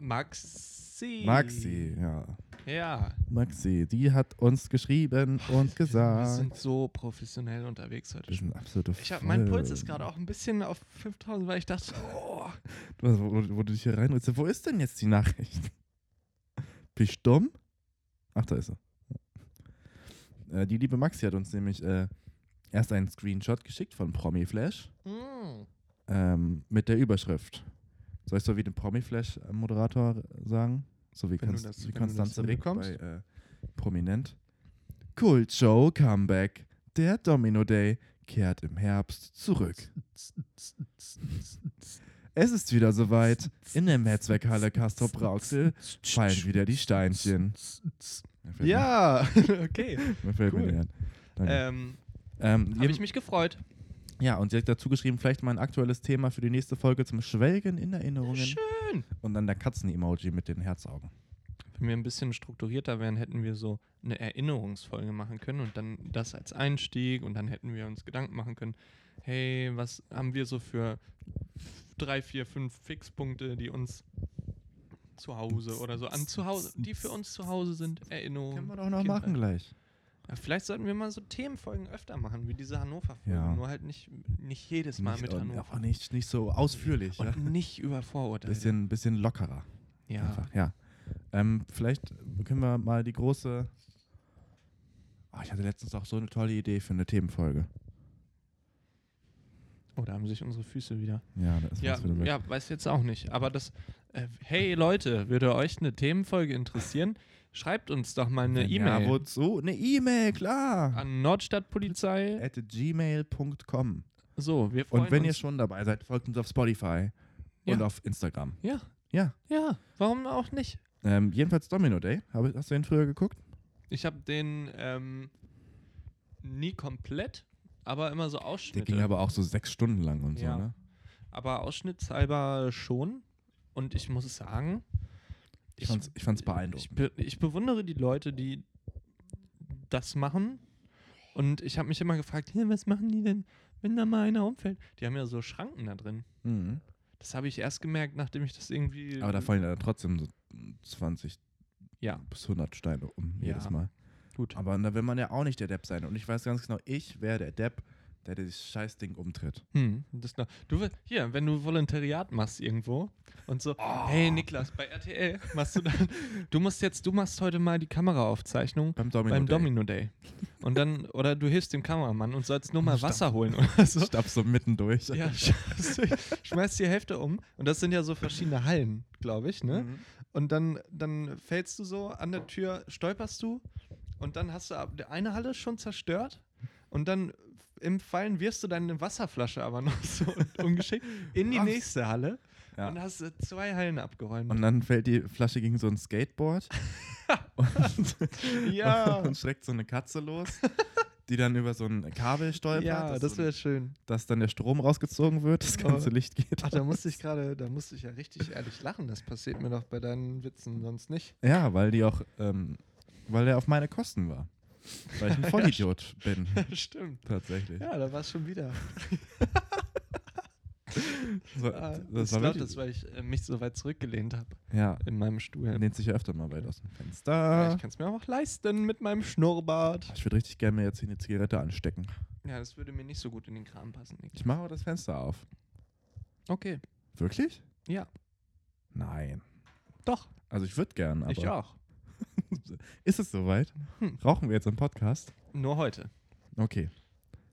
Speaker 4: Maxi.
Speaker 1: Maxi, ja.
Speaker 4: Ja.
Speaker 1: Maxi, die hat uns geschrieben und
Speaker 4: Wir
Speaker 1: gesagt.
Speaker 4: sind so professionell unterwegs heute.
Speaker 1: Wir sind absolute
Speaker 4: Ich hab, mein Puls
Speaker 1: Voll-
Speaker 4: ist gerade auch ein bisschen auf 5000, weil ich dachte, oh,
Speaker 1: Was, Also, wo, wo du dich hier reinrührst. Wo ist denn jetzt die Nachricht? Bin ich dumm? Ach, da ist er. Äh, die liebe Maxi hat uns nämlich äh, erst einen Screenshot geschickt von Promiflash
Speaker 4: mm,
Speaker 1: ähm, mit der Überschrift. Soll ich so wie den Promiflash-Moderator sagen? So wie,
Speaker 4: Wenn du
Speaker 1: Konst wie
Speaker 4: das- wenn du das
Speaker 1: Konstanze Rick bei
Speaker 4: hinbekommst.
Speaker 1: äh, Prominent. Kult Show Comeback. Der Domino Day kehrt im Herbst zurück. Es ist wieder soweit. In der Metzwerkhalle Castro Brauxel fallen wieder die Steinchen. Mir fällt
Speaker 4: ja, okay.
Speaker 1: Mir, mir fällt mir
Speaker 4: cool.
Speaker 1: nicht ein. Danke.
Speaker 4: Ähm,
Speaker 1: Ähm,
Speaker 4: Habe
Speaker 1: jedem-
Speaker 4: ich mich gefreut.
Speaker 1: ja, und direkt dazu geschrieben, vielleicht mal ein aktuelles Thema für die nächste Folge zum Schwelgen in Erinnerungen.
Speaker 4: Schön.
Speaker 1: Und dann der Katzen-Emoji mit den Herzaugen.
Speaker 4: Wenn wir ein bisschen strukturierter wären, hätten wir so eine Erinnerungsfolge machen können und dann das als Einstieg und dann hätten wir uns Gedanken machen können, hey, was haben wir so für drei, vier, fünf Fixpunkte, die uns zu Hause oder so an zu Hause, die für uns zu Hause sind, Erinnerungen.
Speaker 1: Können wir doch noch
Speaker 4: Oh, Kindheit.
Speaker 1: machen gleich.
Speaker 4: Ja, Vielleicht sollten wir mal so Themenfolgen öfter machen, wie diese Hannover-Folgen.
Speaker 1: Ja.
Speaker 4: Nur halt nicht, nicht jedes Mal mit
Speaker 1: und,
Speaker 4: Hannover.
Speaker 1: auch nicht, nicht so ausführlich. Ja.
Speaker 4: Und nicht über Vorurteile.
Speaker 1: Bisschen, bisschen lockerer.
Speaker 4: ja.
Speaker 1: Einfach, ja. Ähm, vielleicht können wir mal die große. Ah, ich hatte letztens auch so eine tolle Idee für eine Themenfolge.
Speaker 4: Oh, da haben sich unsere Füße wieder.
Speaker 1: Ja, das ist
Speaker 4: Ja,
Speaker 1: was wieder weg.
Speaker 4: ja, weiß jetzt auch nicht. Aber das, äh, hey Leute, würde euch eine Themenfolge interessieren? Schreibt uns doch mal eine
Speaker 1: Wenn Ja,
Speaker 4: E-Mail
Speaker 1: wozu? Eine E-Mail, klar.
Speaker 4: an Nordstadtpolizei.
Speaker 1: At gmail.com.
Speaker 4: So, wir freuen
Speaker 1: Äh. Und wenn
Speaker 4: uns.
Speaker 1: ihr schon dabei seid, folgt uns auf Spotify und
Speaker 4: Ja.
Speaker 1: auf Instagram.
Speaker 4: ja,
Speaker 1: Ja.
Speaker 4: ja, warum auch nicht?
Speaker 1: Ähm, jedenfalls Domino Day. Habe- Hast du den früher geguckt?
Speaker 4: Ich habe den ähm, nie komplett, aber immer so
Speaker 1: Der
Speaker 4: Ausschnitte.
Speaker 1: ging aber auch so sechs Stunden lang und
Speaker 4: Ja.
Speaker 1: so, ne?
Speaker 4: aber ausschnittshalber schon. Und ich muss sagen,
Speaker 1: Ich fand's, ich fand's
Speaker 4: Ich,
Speaker 1: beeindruckend.
Speaker 4: be ich bewundere die Leute, die das machen. Und ich habe mich immer gefragt, hey, was machen die denn, wenn da mal einer umfällt? Die haben ja so Schranken da drin.
Speaker 1: Mhm.
Speaker 4: Das habe ich erst gemerkt, nachdem ich das irgendwie.
Speaker 1: Aber da fallen ja trotzdem so 20
Speaker 4: Ja,
Speaker 1: bis 100 Steine um
Speaker 4: Ja.
Speaker 1: jedes Mal.
Speaker 4: gut.
Speaker 1: Aber da will man ja auch nicht der Depp sein. Und ich weiß ganz genau, ich wäre der Depp, der dieses Scheißding umtritt.
Speaker 4: Hm, das noch. Du, wi- hier, wenn du Volontariat machst irgendwo und so,
Speaker 1: Oh.
Speaker 4: hey Niklas, bei RTL machst du dann, du musst jetzt, du machst heute mal die Kameraaufzeichnung
Speaker 1: Beim Domino.
Speaker 4: beim
Speaker 1: Day.
Speaker 4: Domino Day. Und dann, oder du hilfst dem Kameramann und sollst nur mal
Speaker 1: Stopp.
Speaker 4: Wasser holen oder so.
Speaker 1: Ich stab so mitten durch.
Speaker 4: Ja, schmeißt, schmeißt die Hälfte um. Und das sind ja so verschiedene Hallen, glaube ich, ne?
Speaker 1: Mhm.
Speaker 4: Und dann, dann fällst du so an der Tür, stolperst du und dann hast du ab- die eine Halle schon zerstört und dann im Fallen wirfst du deine Wasserflasche aber noch so ungeschickt in die
Speaker 1: Was?
Speaker 4: nächste Halle
Speaker 1: Ja.
Speaker 4: und hast äh, zwei Hallen abgeräumt.
Speaker 1: Und dann fällt die Flasche gegen so ein Skateboard und,
Speaker 4: ja,
Speaker 1: und schreckt so eine Katze los, die dann über so ein Kabel stolpert,
Speaker 4: ja,
Speaker 1: dass
Speaker 4: das
Speaker 1: so
Speaker 4: wäre
Speaker 1: ein,
Speaker 4: schön.
Speaker 1: dass dann der Strom rausgezogen wird, das
Speaker 4: Oh.
Speaker 1: ganze Licht geht.
Speaker 4: Ach, da musste ich gerade, da musste ich ja richtig ehrlich lachen. Das passiert mir doch bei deinen Witzen sonst nicht.
Speaker 1: Ja, weil die auch, ähm, weil der auf meine Kosten war. Weil ich ein Vollidiot bin,
Speaker 4: Stimmt.
Speaker 1: tatsächlich.
Speaker 4: Ja, da war es schon wieder.
Speaker 1: So,
Speaker 4: Ah,
Speaker 1: das
Speaker 4: ich
Speaker 1: war
Speaker 4: glaube,
Speaker 1: wirklich,
Speaker 4: das, weil ich äh, mich so weit zurückgelehnt habe
Speaker 1: ja,
Speaker 4: in meinem Stuhl.
Speaker 1: lehnt sich ja öfter mal weit aus dem Fenster.
Speaker 4: Ja, Ich kann es mir aber auch leisten mit meinem Schnurrbart.
Speaker 1: Ich würde richtig gerne mir jetzt hier eine Zigarette anstecken.
Speaker 4: Ja, das würde mir nicht so gut in den Kram passen. Nick.
Speaker 1: Ich mache aber das Fenster auf.
Speaker 4: Okay.
Speaker 1: Wirklich?
Speaker 4: Ja,
Speaker 1: Nein.
Speaker 4: doch.
Speaker 1: Also ich würde gern, aber
Speaker 4: Ich auch.
Speaker 1: ist es soweit?
Speaker 4: Hm.
Speaker 1: Rauchen wir jetzt im Podcast?
Speaker 4: Nur heute.
Speaker 1: Okay.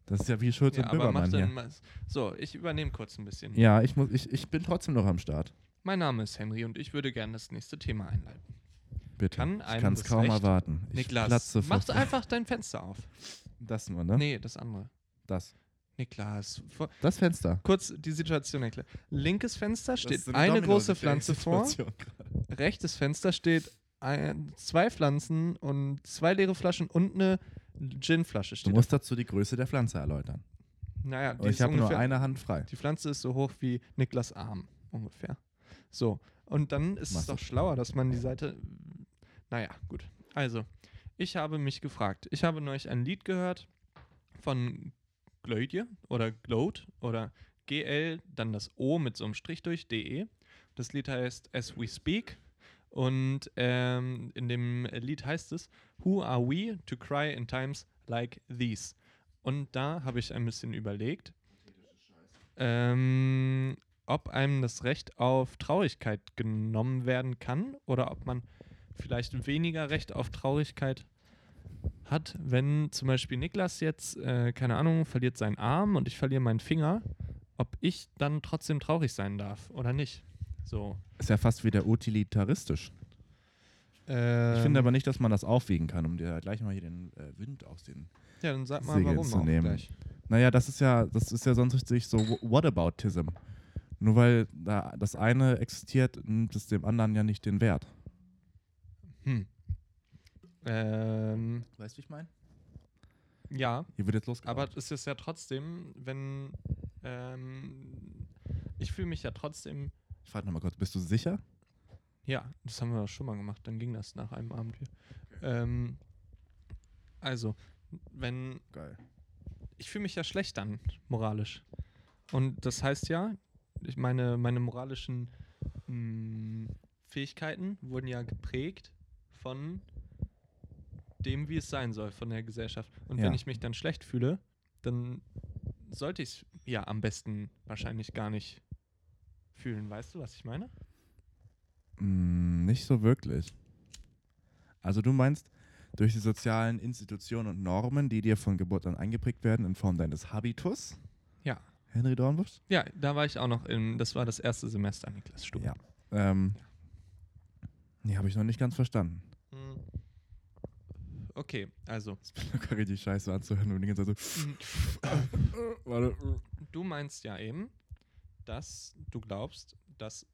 Speaker 1: Das ist ja wie Schulz
Speaker 4: Ja,
Speaker 1: und
Speaker 4: aber mach
Speaker 1: Böhmermann
Speaker 4: dann
Speaker 1: hier.
Speaker 4: mal. So, ich übernehme kurz ein bisschen.
Speaker 1: Ja, ich, muss, ich, ich bin trotzdem noch am Start.
Speaker 4: Mein Name ist Henry und ich würde gerne das nächste Thema einleiten.
Speaker 1: Bitte.
Speaker 4: Kann
Speaker 1: ich
Speaker 4: einem
Speaker 1: kann es
Speaker 4: das
Speaker 1: kaum
Speaker 4: Recht-
Speaker 1: erwarten. Ich
Speaker 4: Niklas,
Speaker 1: platze vor
Speaker 4: mach einfach dein Fenster auf.
Speaker 1: Das nur, ne?
Speaker 4: Nee, das andere.
Speaker 1: Das.
Speaker 4: Niklas, vor,
Speaker 1: Das Fenster.
Speaker 4: kurz die Situation erklären. Linkes Fenster
Speaker 1: Das ist
Speaker 4: steht
Speaker 1: so
Speaker 4: eine
Speaker 1: Domino-
Speaker 4: große Pflanze vor.
Speaker 1: Situation gerade.
Speaker 4: rechtes Fenster steht ein, zwei Pflanzen und zwei leere Flaschen und eine Ginflasche
Speaker 1: Du
Speaker 4: steht.
Speaker 1: musst dazu die Größe der Pflanze erläutern.
Speaker 4: da. naja,
Speaker 1: Und
Speaker 4: die,
Speaker 1: ich
Speaker 4: ist
Speaker 1: habe nur
Speaker 4: ungefähr,
Speaker 1: eine Hand frei.
Speaker 4: die Pflanze ist so hoch wie Niklas Arm ungefähr. So, und dann ist es
Speaker 1: Machst du.
Speaker 4: doch schlauer, dass man die Seite. Naja, gut. Also, ich habe mich gefragt. Ich habe neulich ein Lied gehört von Glödje oder Gloat oder GL, dann das O mit so einem Strich durch, DE. Das Lied heißt As We Speak. Und ähm, in dem Lied heißt es Who are we to cry in times like these? Und da habe ich ein bisschen überlegt, ähm, ob einem das Recht auf Traurigkeit genommen werden kann oder ob man vielleicht weniger Recht auf Traurigkeit hat, wenn zum Beispiel Niklas jetzt, äh, keine Ahnung, verliert seinen Arm und ich verliere meinen Finger, ob ich dann trotzdem traurig sein darf oder nicht. So.
Speaker 1: Ist ja fast wieder utilitaristisch. Ich finde aber nicht, dass man das aufwiegen kann, um dir da gleich mal hier den äh, Wind aus den.
Speaker 4: Ja, dann sag mal,
Speaker 1: Segel
Speaker 4: warum
Speaker 1: zu
Speaker 4: auch
Speaker 1: nehmen.
Speaker 4: gleich.
Speaker 1: Naja, das ist ja, das ist ja sonst richtig so wh- Whataboutism. Nur weil da das eine existiert, nimmt es dem anderen ja nicht den Wert.
Speaker 4: Hm. Ähm,
Speaker 1: Weißt du, wie ich meine?
Speaker 4: ja,
Speaker 1: Hier wird jetzt losgegangen.
Speaker 4: aber es ist ja trotzdem, wenn ähm, ich fühle mich ja trotzdem
Speaker 1: ich frage nochmal kurz, bist du sicher?
Speaker 4: Ja, das haben wir schon mal gemacht. Dann ging das nach einem Abend hier. Ähm, also, wenn
Speaker 1: Geil.
Speaker 4: ich fühle mich ja schlecht dann moralisch. Und das heißt ja, ich meine, meine moralischen mh, Fähigkeiten wurden ja geprägt von dem, wie es sein soll, von der Gesellschaft. Und
Speaker 1: Ja.
Speaker 4: wenn ich mich dann schlecht fühle, dann sollte ich es ja am besten wahrscheinlich gar nicht fühlen. Weißt du, was ich meine?
Speaker 1: Mm, nicht so wirklich. Also du meinst, durch die sozialen Institutionen und Normen, die dir von Geburt an eingeprägt werden in Form deines Habitus,
Speaker 4: Ja.
Speaker 1: Henry Dornbusch?
Speaker 4: Ja, da war ich auch noch im, das war das erste Semester, Niklas, Stuhl.
Speaker 1: Ja. Ähm, nee, habe ich noch nicht ganz verstanden.
Speaker 4: Mm. Okay, also,
Speaker 1: Das bin locker richtig scheiße anzuhören, wenn du die ganze Zeit so... Warte.
Speaker 4: du meinst ja eben, dass du glaubst, dass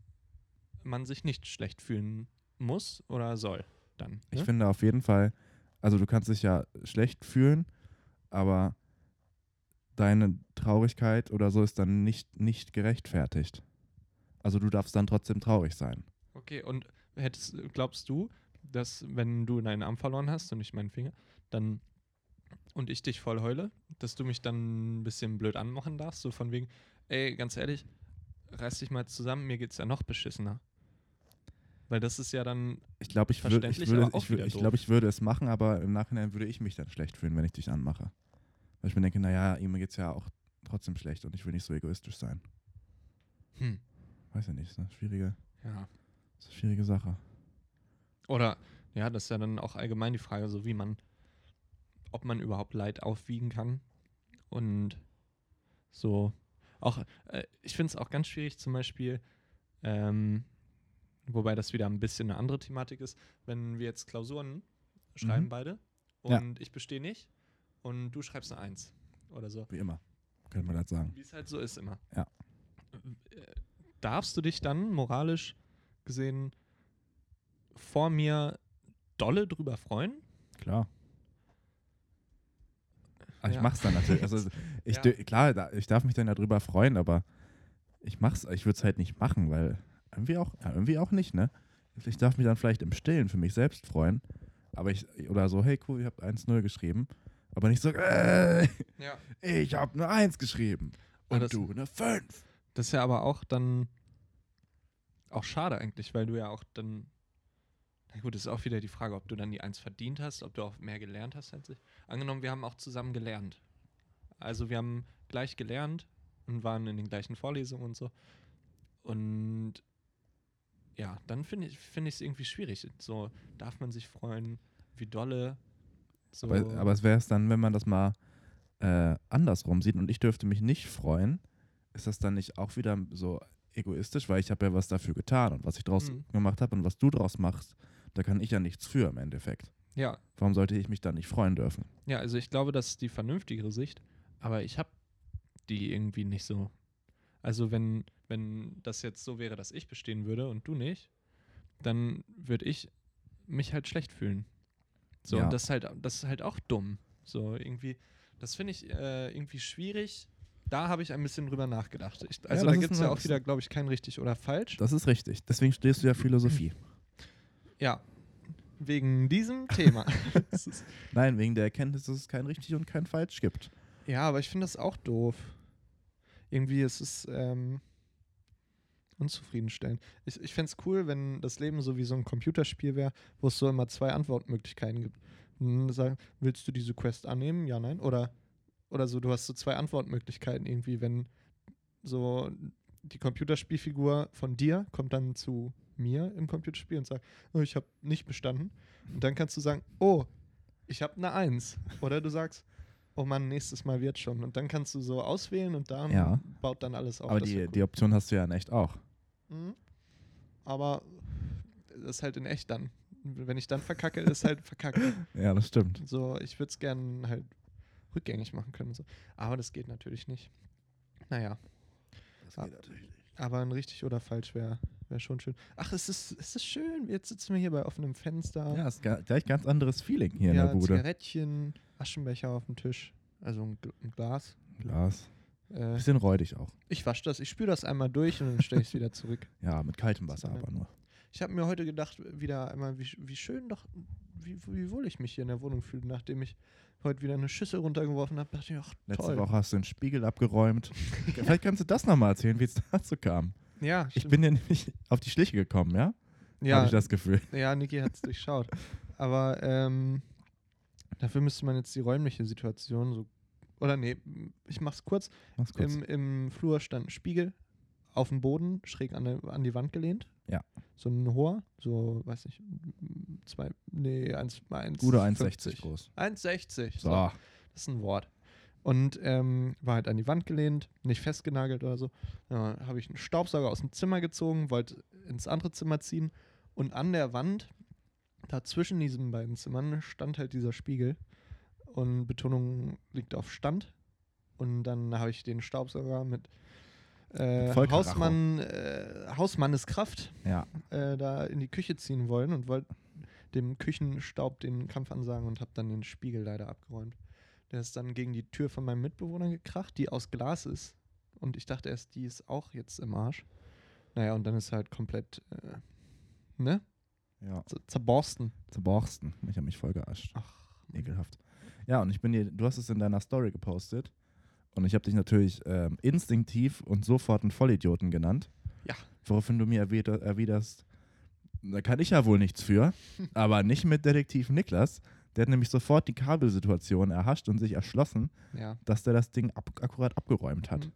Speaker 4: man sich nicht schlecht fühlen muss oder soll dann.
Speaker 1: Ich
Speaker 4: ne?
Speaker 1: finde auf jeden Fall, also du kannst dich ja schlecht fühlen, aber deine Traurigkeit oder so ist dann nicht, nicht gerechtfertigt. Also du darfst dann trotzdem traurig sein.
Speaker 4: Okay, und hättest, glaubst du, dass wenn du deinen Arm verloren hast und ich meinen Finger, dann und ich dich voll heule, dass du mich dann ein bisschen blöd anmachen darfst, so von wegen, ey, ganz ehrlich, reiß dich mal zusammen, mir geht's ja noch beschissener. Weil das ist ja dann,
Speaker 1: Ich glaube, ich, würd, ich,
Speaker 4: Verständlich,
Speaker 1: würde,
Speaker 4: aber auch
Speaker 1: ich, wür-
Speaker 4: wieder
Speaker 1: ich,
Speaker 4: doof.
Speaker 1: glaub, ich würde es machen, aber im Nachhinein würde ich mich dann schlecht fühlen, wenn ich dich anmache. Weil ich mir denke, naja, ihm geht es ja auch trotzdem schlecht und ich will nicht so egoistisch sein.
Speaker 4: hm,
Speaker 1: Weiß ja nicht, ist eine schwierige,
Speaker 4: ja.
Speaker 1: ist eine schwierige Sache.
Speaker 4: Oder, ja, das ist ja dann auch allgemein die Frage, so wie man, ob man überhaupt Leid aufwiegen kann. Und so, auch, äh, ich finde es auch ganz schwierig, zum Beispiel, ähm, wobei das wieder ein bisschen eine andere Thematik ist, wenn wir jetzt Klausuren schreiben
Speaker 1: Mhm.
Speaker 4: beide
Speaker 1: Ja.
Speaker 4: und ich bestehe nicht und du schreibst eine Eins oder so.
Speaker 1: Wie immer, könnte man das sagen.
Speaker 4: Wie es halt so ist immer.
Speaker 1: Ja.
Speaker 4: Äh, Darfst du dich dann moralisch gesehen vor mir dolle drüber freuen?
Speaker 1: Klar. Aber
Speaker 4: Ja.
Speaker 1: Ich mach's dann natürlich. Also ich
Speaker 4: Ja.
Speaker 1: dö- klar, da, ich darf mich dann darüber freuen, aber ich mach's, ich würde es halt nicht machen, weil irgendwie auch, ja, irgendwie auch nicht, ne? Ich darf mich dann vielleicht im Stillen für mich selbst freuen. Aber ich, oder so, hey cool, ich hab 1-0 geschrieben. Aber nicht so, äh,
Speaker 4: Ja.
Speaker 1: ich hab nur 1 geschrieben.
Speaker 4: Ah, das-
Speaker 1: Und du ne, eine 5.
Speaker 4: Das ist ja aber auch dann auch schade eigentlich, weil du ja auch dann. Na gut, ist auch wieder die Frage, ob du dann die Eins verdient hast, ob du auch mehr gelernt hast als ich. Angenommen, wir haben auch zusammen gelernt. Also wir haben gleich gelernt und waren in den gleichen Vorlesungen und so. Und ja, dann finde ich es irgendwie schwierig. So darf man sich freuen, wie dolle. So.
Speaker 1: Aber, aber es wäre es dann, wenn man das mal äh, andersrum sieht und ich dürfte mich nicht freuen, ist das dann nicht auch wieder so egoistisch, weil ich habe ja was dafür getan und was ich draus
Speaker 4: Mhm.
Speaker 1: gemacht habe und was du draus machst, da kann ich ja nichts für im Endeffekt.
Speaker 4: ja,
Speaker 1: Warum sollte ich mich dann nicht freuen dürfen?
Speaker 4: Ja, also ich glaube, das ist die vernünftigere Sicht, aber ich habe die irgendwie nicht so. Also wenn, wenn das jetzt so wäre, dass ich bestehen würde und du nicht, dann würde ich mich halt schlecht fühlen. So,
Speaker 1: Ja.
Speaker 4: und das ist halt, das ist halt auch dumm. So, irgendwie, das finde ich äh, irgendwie schwierig. Da habe ich ein bisschen drüber nachgedacht. Ich,
Speaker 1: das
Speaker 4: also da
Speaker 1: ist
Speaker 4: gibt es ja
Speaker 1: eine-
Speaker 4: auch wieder, glaube ich, kein richtig oder falsch.
Speaker 1: Das ist richtig. Deswegen stehst du ja Philosophie.
Speaker 4: Ja. Wegen diesem Thema. das ist,
Speaker 1: Nein, wegen der Erkenntnis, dass es kein richtig und kein falsch gibt.
Speaker 4: Ja, aber ich finde das auch doof. Irgendwie ist es ähm, unzufriedenstellend. Ich, ich fände es cool, wenn das Leben so wie so ein Computerspiel wäre, wo es so immer zwei Antwortmöglichkeiten gibt. Und dann sagen, willst du diese Quest annehmen? Ja, nein. Oder, oder so, du hast so zwei Antwortmöglichkeiten irgendwie, wenn so die Computerspielfigur von dir kommt dann zu mir im Computerspiel und sagt, oh, ich habe nicht bestanden. Und dann kannst du sagen, oh, ich habe eine Eins. Oder du sagst, oh Mann, nächstes Mal wird schon. Und dann kannst du so auswählen und dann
Speaker 1: Ja.
Speaker 4: baut dann alles auf.
Speaker 1: Aber
Speaker 4: Ähm, Das
Speaker 1: die,
Speaker 4: wär cool.
Speaker 1: die Option hast du ja in echt auch.
Speaker 4: Mhm. Aber das ist halt in echt dann. Wenn ich dann verkacke, ist halt verkacke.
Speaker 1: Ja, das stimmt.
Speaker 4: So, ich würde es gerne halt rückgängig machen können. und So. Aber das geht natürlich nicht. Naja,
Speaker 1: Das
Speaker 4: geht aber ein richtig oder falsch wäre wär schon schön. Ach, es ist, es ist schön. Jetzt sitzen wir hier bei offenem Fenster.
Speaker 1: Ja, ist ga- gleich ganz anderes Feeling hier
Speaker 4: Ja,
Speaker 1: in der Bude.
Speaker 4: Zigarettchen, Aschenbecher auf dem Tisch. Also ein, Gl- ein Glas.
Speaker 1: Glas.
Speaker 4: Äh,
Speaker 1: Bisschen räudig auch.
Speaker 4: ich wasche das, ich spüle das einmal durch und dann stelle ich es wieder zurück.
Speaker 1: Ja, mit kaltem Wasser
Speaker 4: Ja.
Speaker 1: aber nur.
Speaker 4: Ich habe mir heute gedacht, wieder einmal, wie, sch- wie schön doch, wie, wie wohl ich mich hier in der Wohnung fühle, nachdem ich heute wieder eine Schüssel runtergeworfen habe. Dachte ich, ach,
Speaker 1: Letzte
Speaker 4: toll.
Speaker 1: Woche hast du den Spiegel abgeräumt. Vielleicht kannst du das nochmal erzählen, wie es dazu kam.
Speaker 4: Ja,
Speaker 1: Ich
Speaker 4: stimmt.
Speaker 1: bin dir nämlich auf die Schliche gekommen, ja? Habe
Speaker 4: ja,
Speaker 1: ich das Gefühl.
Speaker 4: ja, Niki hat es durchschaut. Aber ähm, dafür müsste man jetzt die räumliche Situation so. Oder nee, ich mach's kurz.
Speaker 1: Mach's kurz.
Speaker 4: Im, Im Flur stand ein Spiegel auf dem Boden, schräg an, der, an die Wand gelehnt.
Speaker 1: Ja.
Speaker 4: So ein hoher, so, weiß nicht, m- zwei, nee, eins, eins
Speaker 1: Gute 1,60 groß.
Speaker 4: 1,60. So.
Speaker 1: So.
Speaker 4: Das ist ein Wort. Und ähm, war halt an die Wand gelehnt, nicht festgenagelt oder so. Ja, habe ich einen Staubsauger aus dem Zimmer gezogen, wollte ins andere Zimmer ziehen. Und an der Wand, da zwischen diesen beiden Zimmern, stand halt dieser Spiegel. Und Betonung liegt auf Stand. Und dann habe ich den Staubsauger mit äh,
Speaker 1: Mit Vollkaracho.
Speaker 4: Hausmann, äh, Hausmanneskraft
Speaker 1: Ja.
Speaker 4: äh, da in die Küche ziehen wollen und wollte dem Küchenstaub den Kampf ansagen und habe dann den Spiegel leider abgeräumt. Der ist dann gegen die Tür von meinem Mitbewohner gekracht, die aus Glas ist. Und ich dachte erst, die ist auch jetzt im Arsch. Naja, und dann ist er halt komplett, äh, ne?
Speaker 1: Ja.
Speaker 4: Z zerborsten.
Speaker 1: Zu Borsten. Ich habe mich voll gearscht.
Speaker 4: Ach,
Speaker 1: Ekelhaft. Ja, und ich bin dir, du hast es in deiner Story gepostet. Und ich habe dich natürlich ähm, instinktiv und sofort einen Vollidioten genannt.
Speaker 4: Ja.
Speaker 1: Woraufhin du mir erwider- erwiderst, da kann ich ja wohl nichts für, aber nicht mit Detektiv Niklas. Der hat nämlich sofort die Kabelsituation erhascht und sich erschlossen,
Speaker 4: ja.
Speaker 1: dass der das Ding ab akkurat abgeräumt hat.
Speaker 4: Mhm.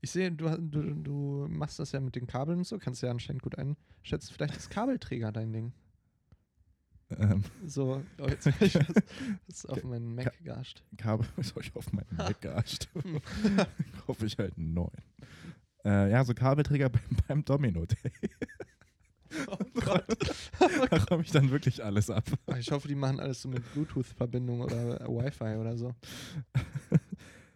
Speaker 4: Ich sehe, du, ha- du, du machst das ja mit den Kabeln und so, kannst ja anscheinend gut einschätzen. Vielleicht ist Kabelträger dein Ding.
Speaker 1: Ähm,
Speaker 4: So, oh, jetzt hab ich das, das ist auf meinen Mac gearscht.
Speaker 1: Kabel ist euch auf meinen Mac gearscht. Kaufe ich halt einen neuen. Äh, ja, so Kabelträger beim, beim Domino Day.
Speaker 4: Oh Gott.
Speaker 1: Da räume ich dann wirklich alles ab.
Speaker 4: Ah, Ich hoffe, die machen alles so mit Bluetooth-Verbindung oder äh, Wi-Fi oder so.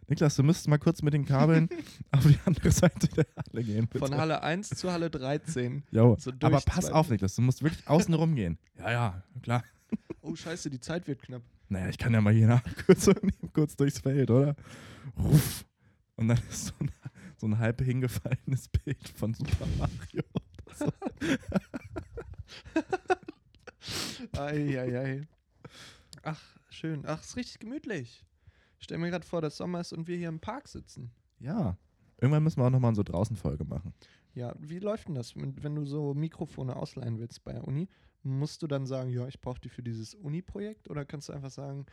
Speaker 1: Niklas, du müsstest mal kurz mit den Kabeln auf die andere Seite der Halle gehen. Bitte.
Speaker 4: Von Halle 1 zu Halle 13.
Speaker 1: Jo.
Speaker 4: so durch
Speaker 1: Aber
Speaker 4: zwei-
Speaker 1: pass auf, Niklas, du musst wirklich außen rum gehen. Ja, ja, klar.
Speaker 4: Oh, scheiße, die Zeit wird knapp.
Speaker 1: Naja, ich kann ja mal hier nach kurz, nehmen, kurz durchs Feld, oder? Ruff. Und dann ist so ein, so ein halb hingefallenes Bild von Super Mario.
Speaker 4: Eieiei. Ach, schön. Ach, ist richtig gemütlich. Ich stelle mir gerade vor, dass Sommer ist und wir hier im Park sitzen.
Speaker 1: Ja. Irgendwann müssen wir auch nochmal so draußen Folge machen.
Speaker 4: Ja, wie läuft denn das? Wenn wenn du so Mikrofone ausleihen willst bei der Uni, musst du dann sagen, ja, ich brauche die für dieses Uni-Projekt? Oder kannst du einfach sagen,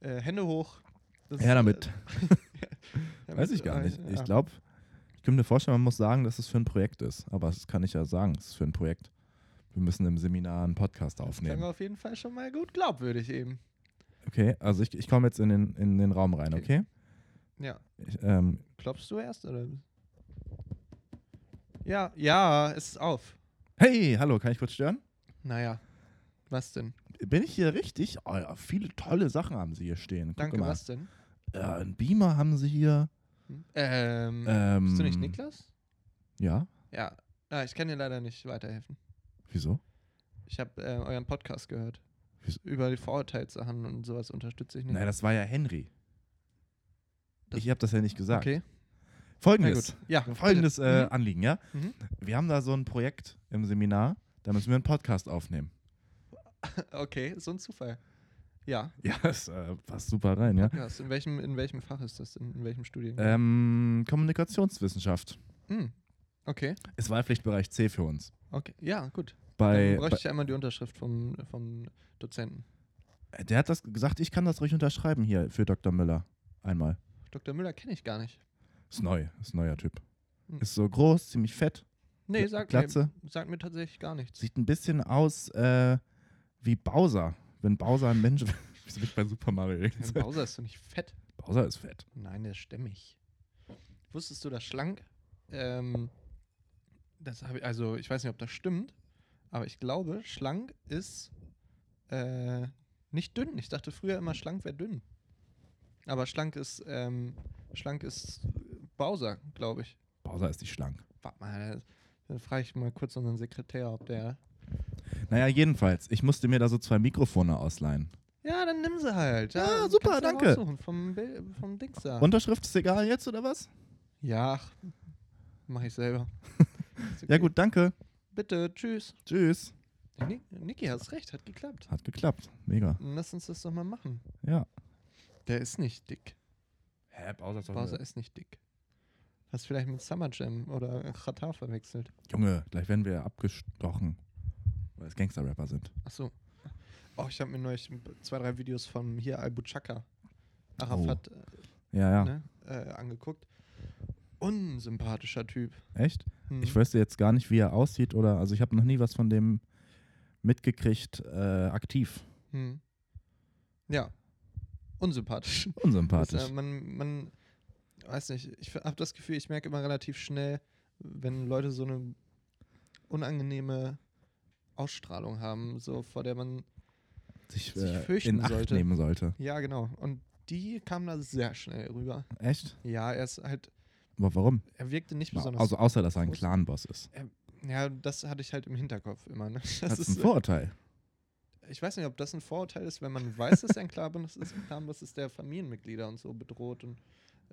Speaker 4: äh, Hände hoch? Das- äh,
Speaker 1: Her damit.
Speaker 4: damit,
Speaker 1: Weiß ich gar
Speaker 4: äh,
Speaker 1: nicht. Ich
Speaker 4: ja.
Speaker 1: glaube, ich kann mir vorstellen, man muss sagen, dass es für ein Projekt ist. Aber das kann ich ja sagen, es ist für ein Projekt. Wir müssen im Seminar einen Podcast
Speaker 4: Das klang
Speaker 1: aufnehmen.
Speaker 4: auf jeden Fall schon mal gut glaubwürdig eben.
Speaker 1: Okay, also ich, ich komme jetzt in den, in den Raum rein, okay?
Speaker 4: Okay. Ja.
Speaker 1: Ich, ähm,
Speaker 4: Klopfst du erst oder? Ja, ja, es ist auf.
Speaker 1: hey, hallo, kann ich kurz stören?
Speaker 4: Naja. Was denn?
Speaker 1: Bin ich hier richtig? Oh ja, viele tolle Sachen haben sie hier stehen. Guck
Speaker 4: Danke,
Speaker 1: mal.
Speaker 4: was denn?
Speaker 1: Äh, ein Beamer haben sie hier.
Speaker 4: Hm? Ähm,
Speaker 1: Ähm,
Speaker 4: bist du nicht Niklas?
Speaker 1: Ja,
Speaker 4: Ja. Ah, ich kann dir leider nicht weiterhelfen.
Speaker 1: wieso?
Speaker 4: Ich habe äh, euren Podcast gehört.
Speaker 1: Wieso?
Speaker 4: Über die Vorurteilssachen und sowas unterstütze ich nicht.
Speaker 1: Nein, das war ja Henry.
Speaker 4: Das-
Speaker 1: ich habe das ja nicht gesagt.
Speaker 4: Okay. Na
Speaker 1: Folgendes.
Speaker 4: gut. Ja.
Speaker 1: Folgendes
Speaker 4: bitte.
Speaker 1: äh, Anliegen, ja?
Speaker 4: Mhm.
Speaker 1: Wir haben da so ein Projekt im Seminar, da müssen wir einen Podcast aufnehmen.
Speaker 4: Mhm. Okay, so ein Zufall. Ja.
Speaker 1: Ja, das äh, passt super rein, ja?
Speaker 4: Podcast. In welchem, in welchem Fach ist das? denn? in welchem Studiengang?
Speaker 1: Ähm, Kommunikationswissenschaft.
Speaker 4: Hm. Okay.
Speaker 1: Ist Wahlpflichtbereich C für uns.
Speaker 4: Okay. Ja, gut.
Speaker 1: Bei,
Speaker 4: Dann bräuchte ich einmal die Unterschrift vom, vom Dozenten.
Speaker 1: bei, der hat das gesagt, ich kann das ruhig unterschreiben hier für Dr. Müller. Einmal.
Speaker 4: Dr. Müller kenne ich gar nicht.
Speaker 1: Ist neu, ist ein neuer Typ.
Speaker 4: Hm.
Speaker 1: Ist so groß, ziemlich fett.
Speaker 4: Nee,
Speaker 1: Gl-
Speaker 4: sag,
Speaker 1: Glatze?
Speaker 4: Mir, sag mir tatsächlich gar nichts.
Speaker 1: Sieht ein bisschen aus äh, wie Bowser. Wenn Bowser ein Mensch wäre. Wieso bin ich bei Super Mario?
Speaker 4: Herr Bowser ist doch nicht fett.
Speaker 1: Bowser ist fett.
Speaker 4: Nein, der ist stämmig. Wusstest du, dass schlank? Ähm, das habe ich, also ich weiß nicht, ob das stimmt, aber ich glaube, schlank ist äh, nicht dünn. Ich dachte früher immer, schlank wäre dünn. Aber schlank ist, ähm, schlank ist Bowser, glaube ich.
Speaker 1: Bowser ist nicht schlank.
Speaker 4: Warte mal, dann frage ich mal kurz unseren Sekretär, ob der.
Speaker 1: Naja, jedenfalls, ich musste mir da so zwei Mikrofone ausleihen.
Speaker 4: Ja, dann nimm sie halt.
Speaker 1: Ja,
Speaker 4: kannst
Speaker 1: super,
Speaker 4: du
Speaker 1: danke.
Speaker 4: raussuchen Vom, Bill- vom Dings da.
Speaker 1: Unterschrift ist egal jetzt oder was?
Speaker 4: Ja, ach, mach ich selber. Ist
Speaker 1: Ja
Speaker 4: okay.
Speaker 1: gut, danke.
Speaker 4: Bitte, tschüss.
Speaker 1: Tschüss.
Speaker 4: Ni- Niki, hast recht, hat geklappt.
Speaker 1: Hat geklappt. Mega.
Speaker 4: Lass uns das doch mal machen.
Speaker 1: Ja.
Speaker 4: Der ist nicht dick.
Speaker 1: Hä, Bowser
Speaker 4: Bowser ist nicht dick. Hast vielleicht mit Summer Jam oder Qatar verwechselt.
Speaker 1: Junge, gleich werden wir abgestochen. Weil es Gangster-Rapper sind.
Speaker 4: Ach so. Oh, ich habe mir neulich zwei, drei Videos von hier Al Chaka, Arafat,
Speaker 1: Oh. Ja, ja.
Speaker 4: äh, ne, äh, angeguckt. Unsympathischer Typ.
Speaker 1: Echt?
Speaker 4: Hm.
Speaker 1: Ich wüsste jetzt gar nicht, wie er aussieht oder. Also, ich habe noch nie was von dem mitgekriegt, äh, aktiv.
Speaker 4: Hm. Ja. Unsympathisch. Das,
Speaker 1: Unsympathisch.
Speaker 4: äh, man, man, weiß nicht, ich habe das Gefühl, ich merke immer relativ schnell, wenn Leute so eine unangenehme Ausstrahlung haben, so vor der man,
Speaker 1: sich
Speaker 4: sich
Speaker 1: äh,
Speaker 4: fürchten
Speaker 1: in Acht
Speaker 4: sollte.
Speaker 1: nehmen sollte.
Speaker 4: ja genau, und die kamen da sehr schnell rüber.
Speaker 1: Echt?
Speaker 4: Ja, er ist halt,
Speaker 1: Aber warum?
Speaker 4: er wirkte nicht besonders,
Speaker 1: Also, außer, dass er ein
Speaker 4: groß.
Speaker 1: Clan-Boss ist.
Speaker 4: ja, das hatte ich halt im Hinterkopf immer. Ne?
Speaker 1: Das
Speaker 4: Das
Speaker 1: ist ein
Speaker 4: ist,
Speaker 1: Vorurteil.
Speaker 4: äh, ich weiß nicht, ob das ein Vorurteil ist, wenn man weiß, dass er ein Klabonus ist, ein Klabonus ist, der Familienmitglieder und so bedroht und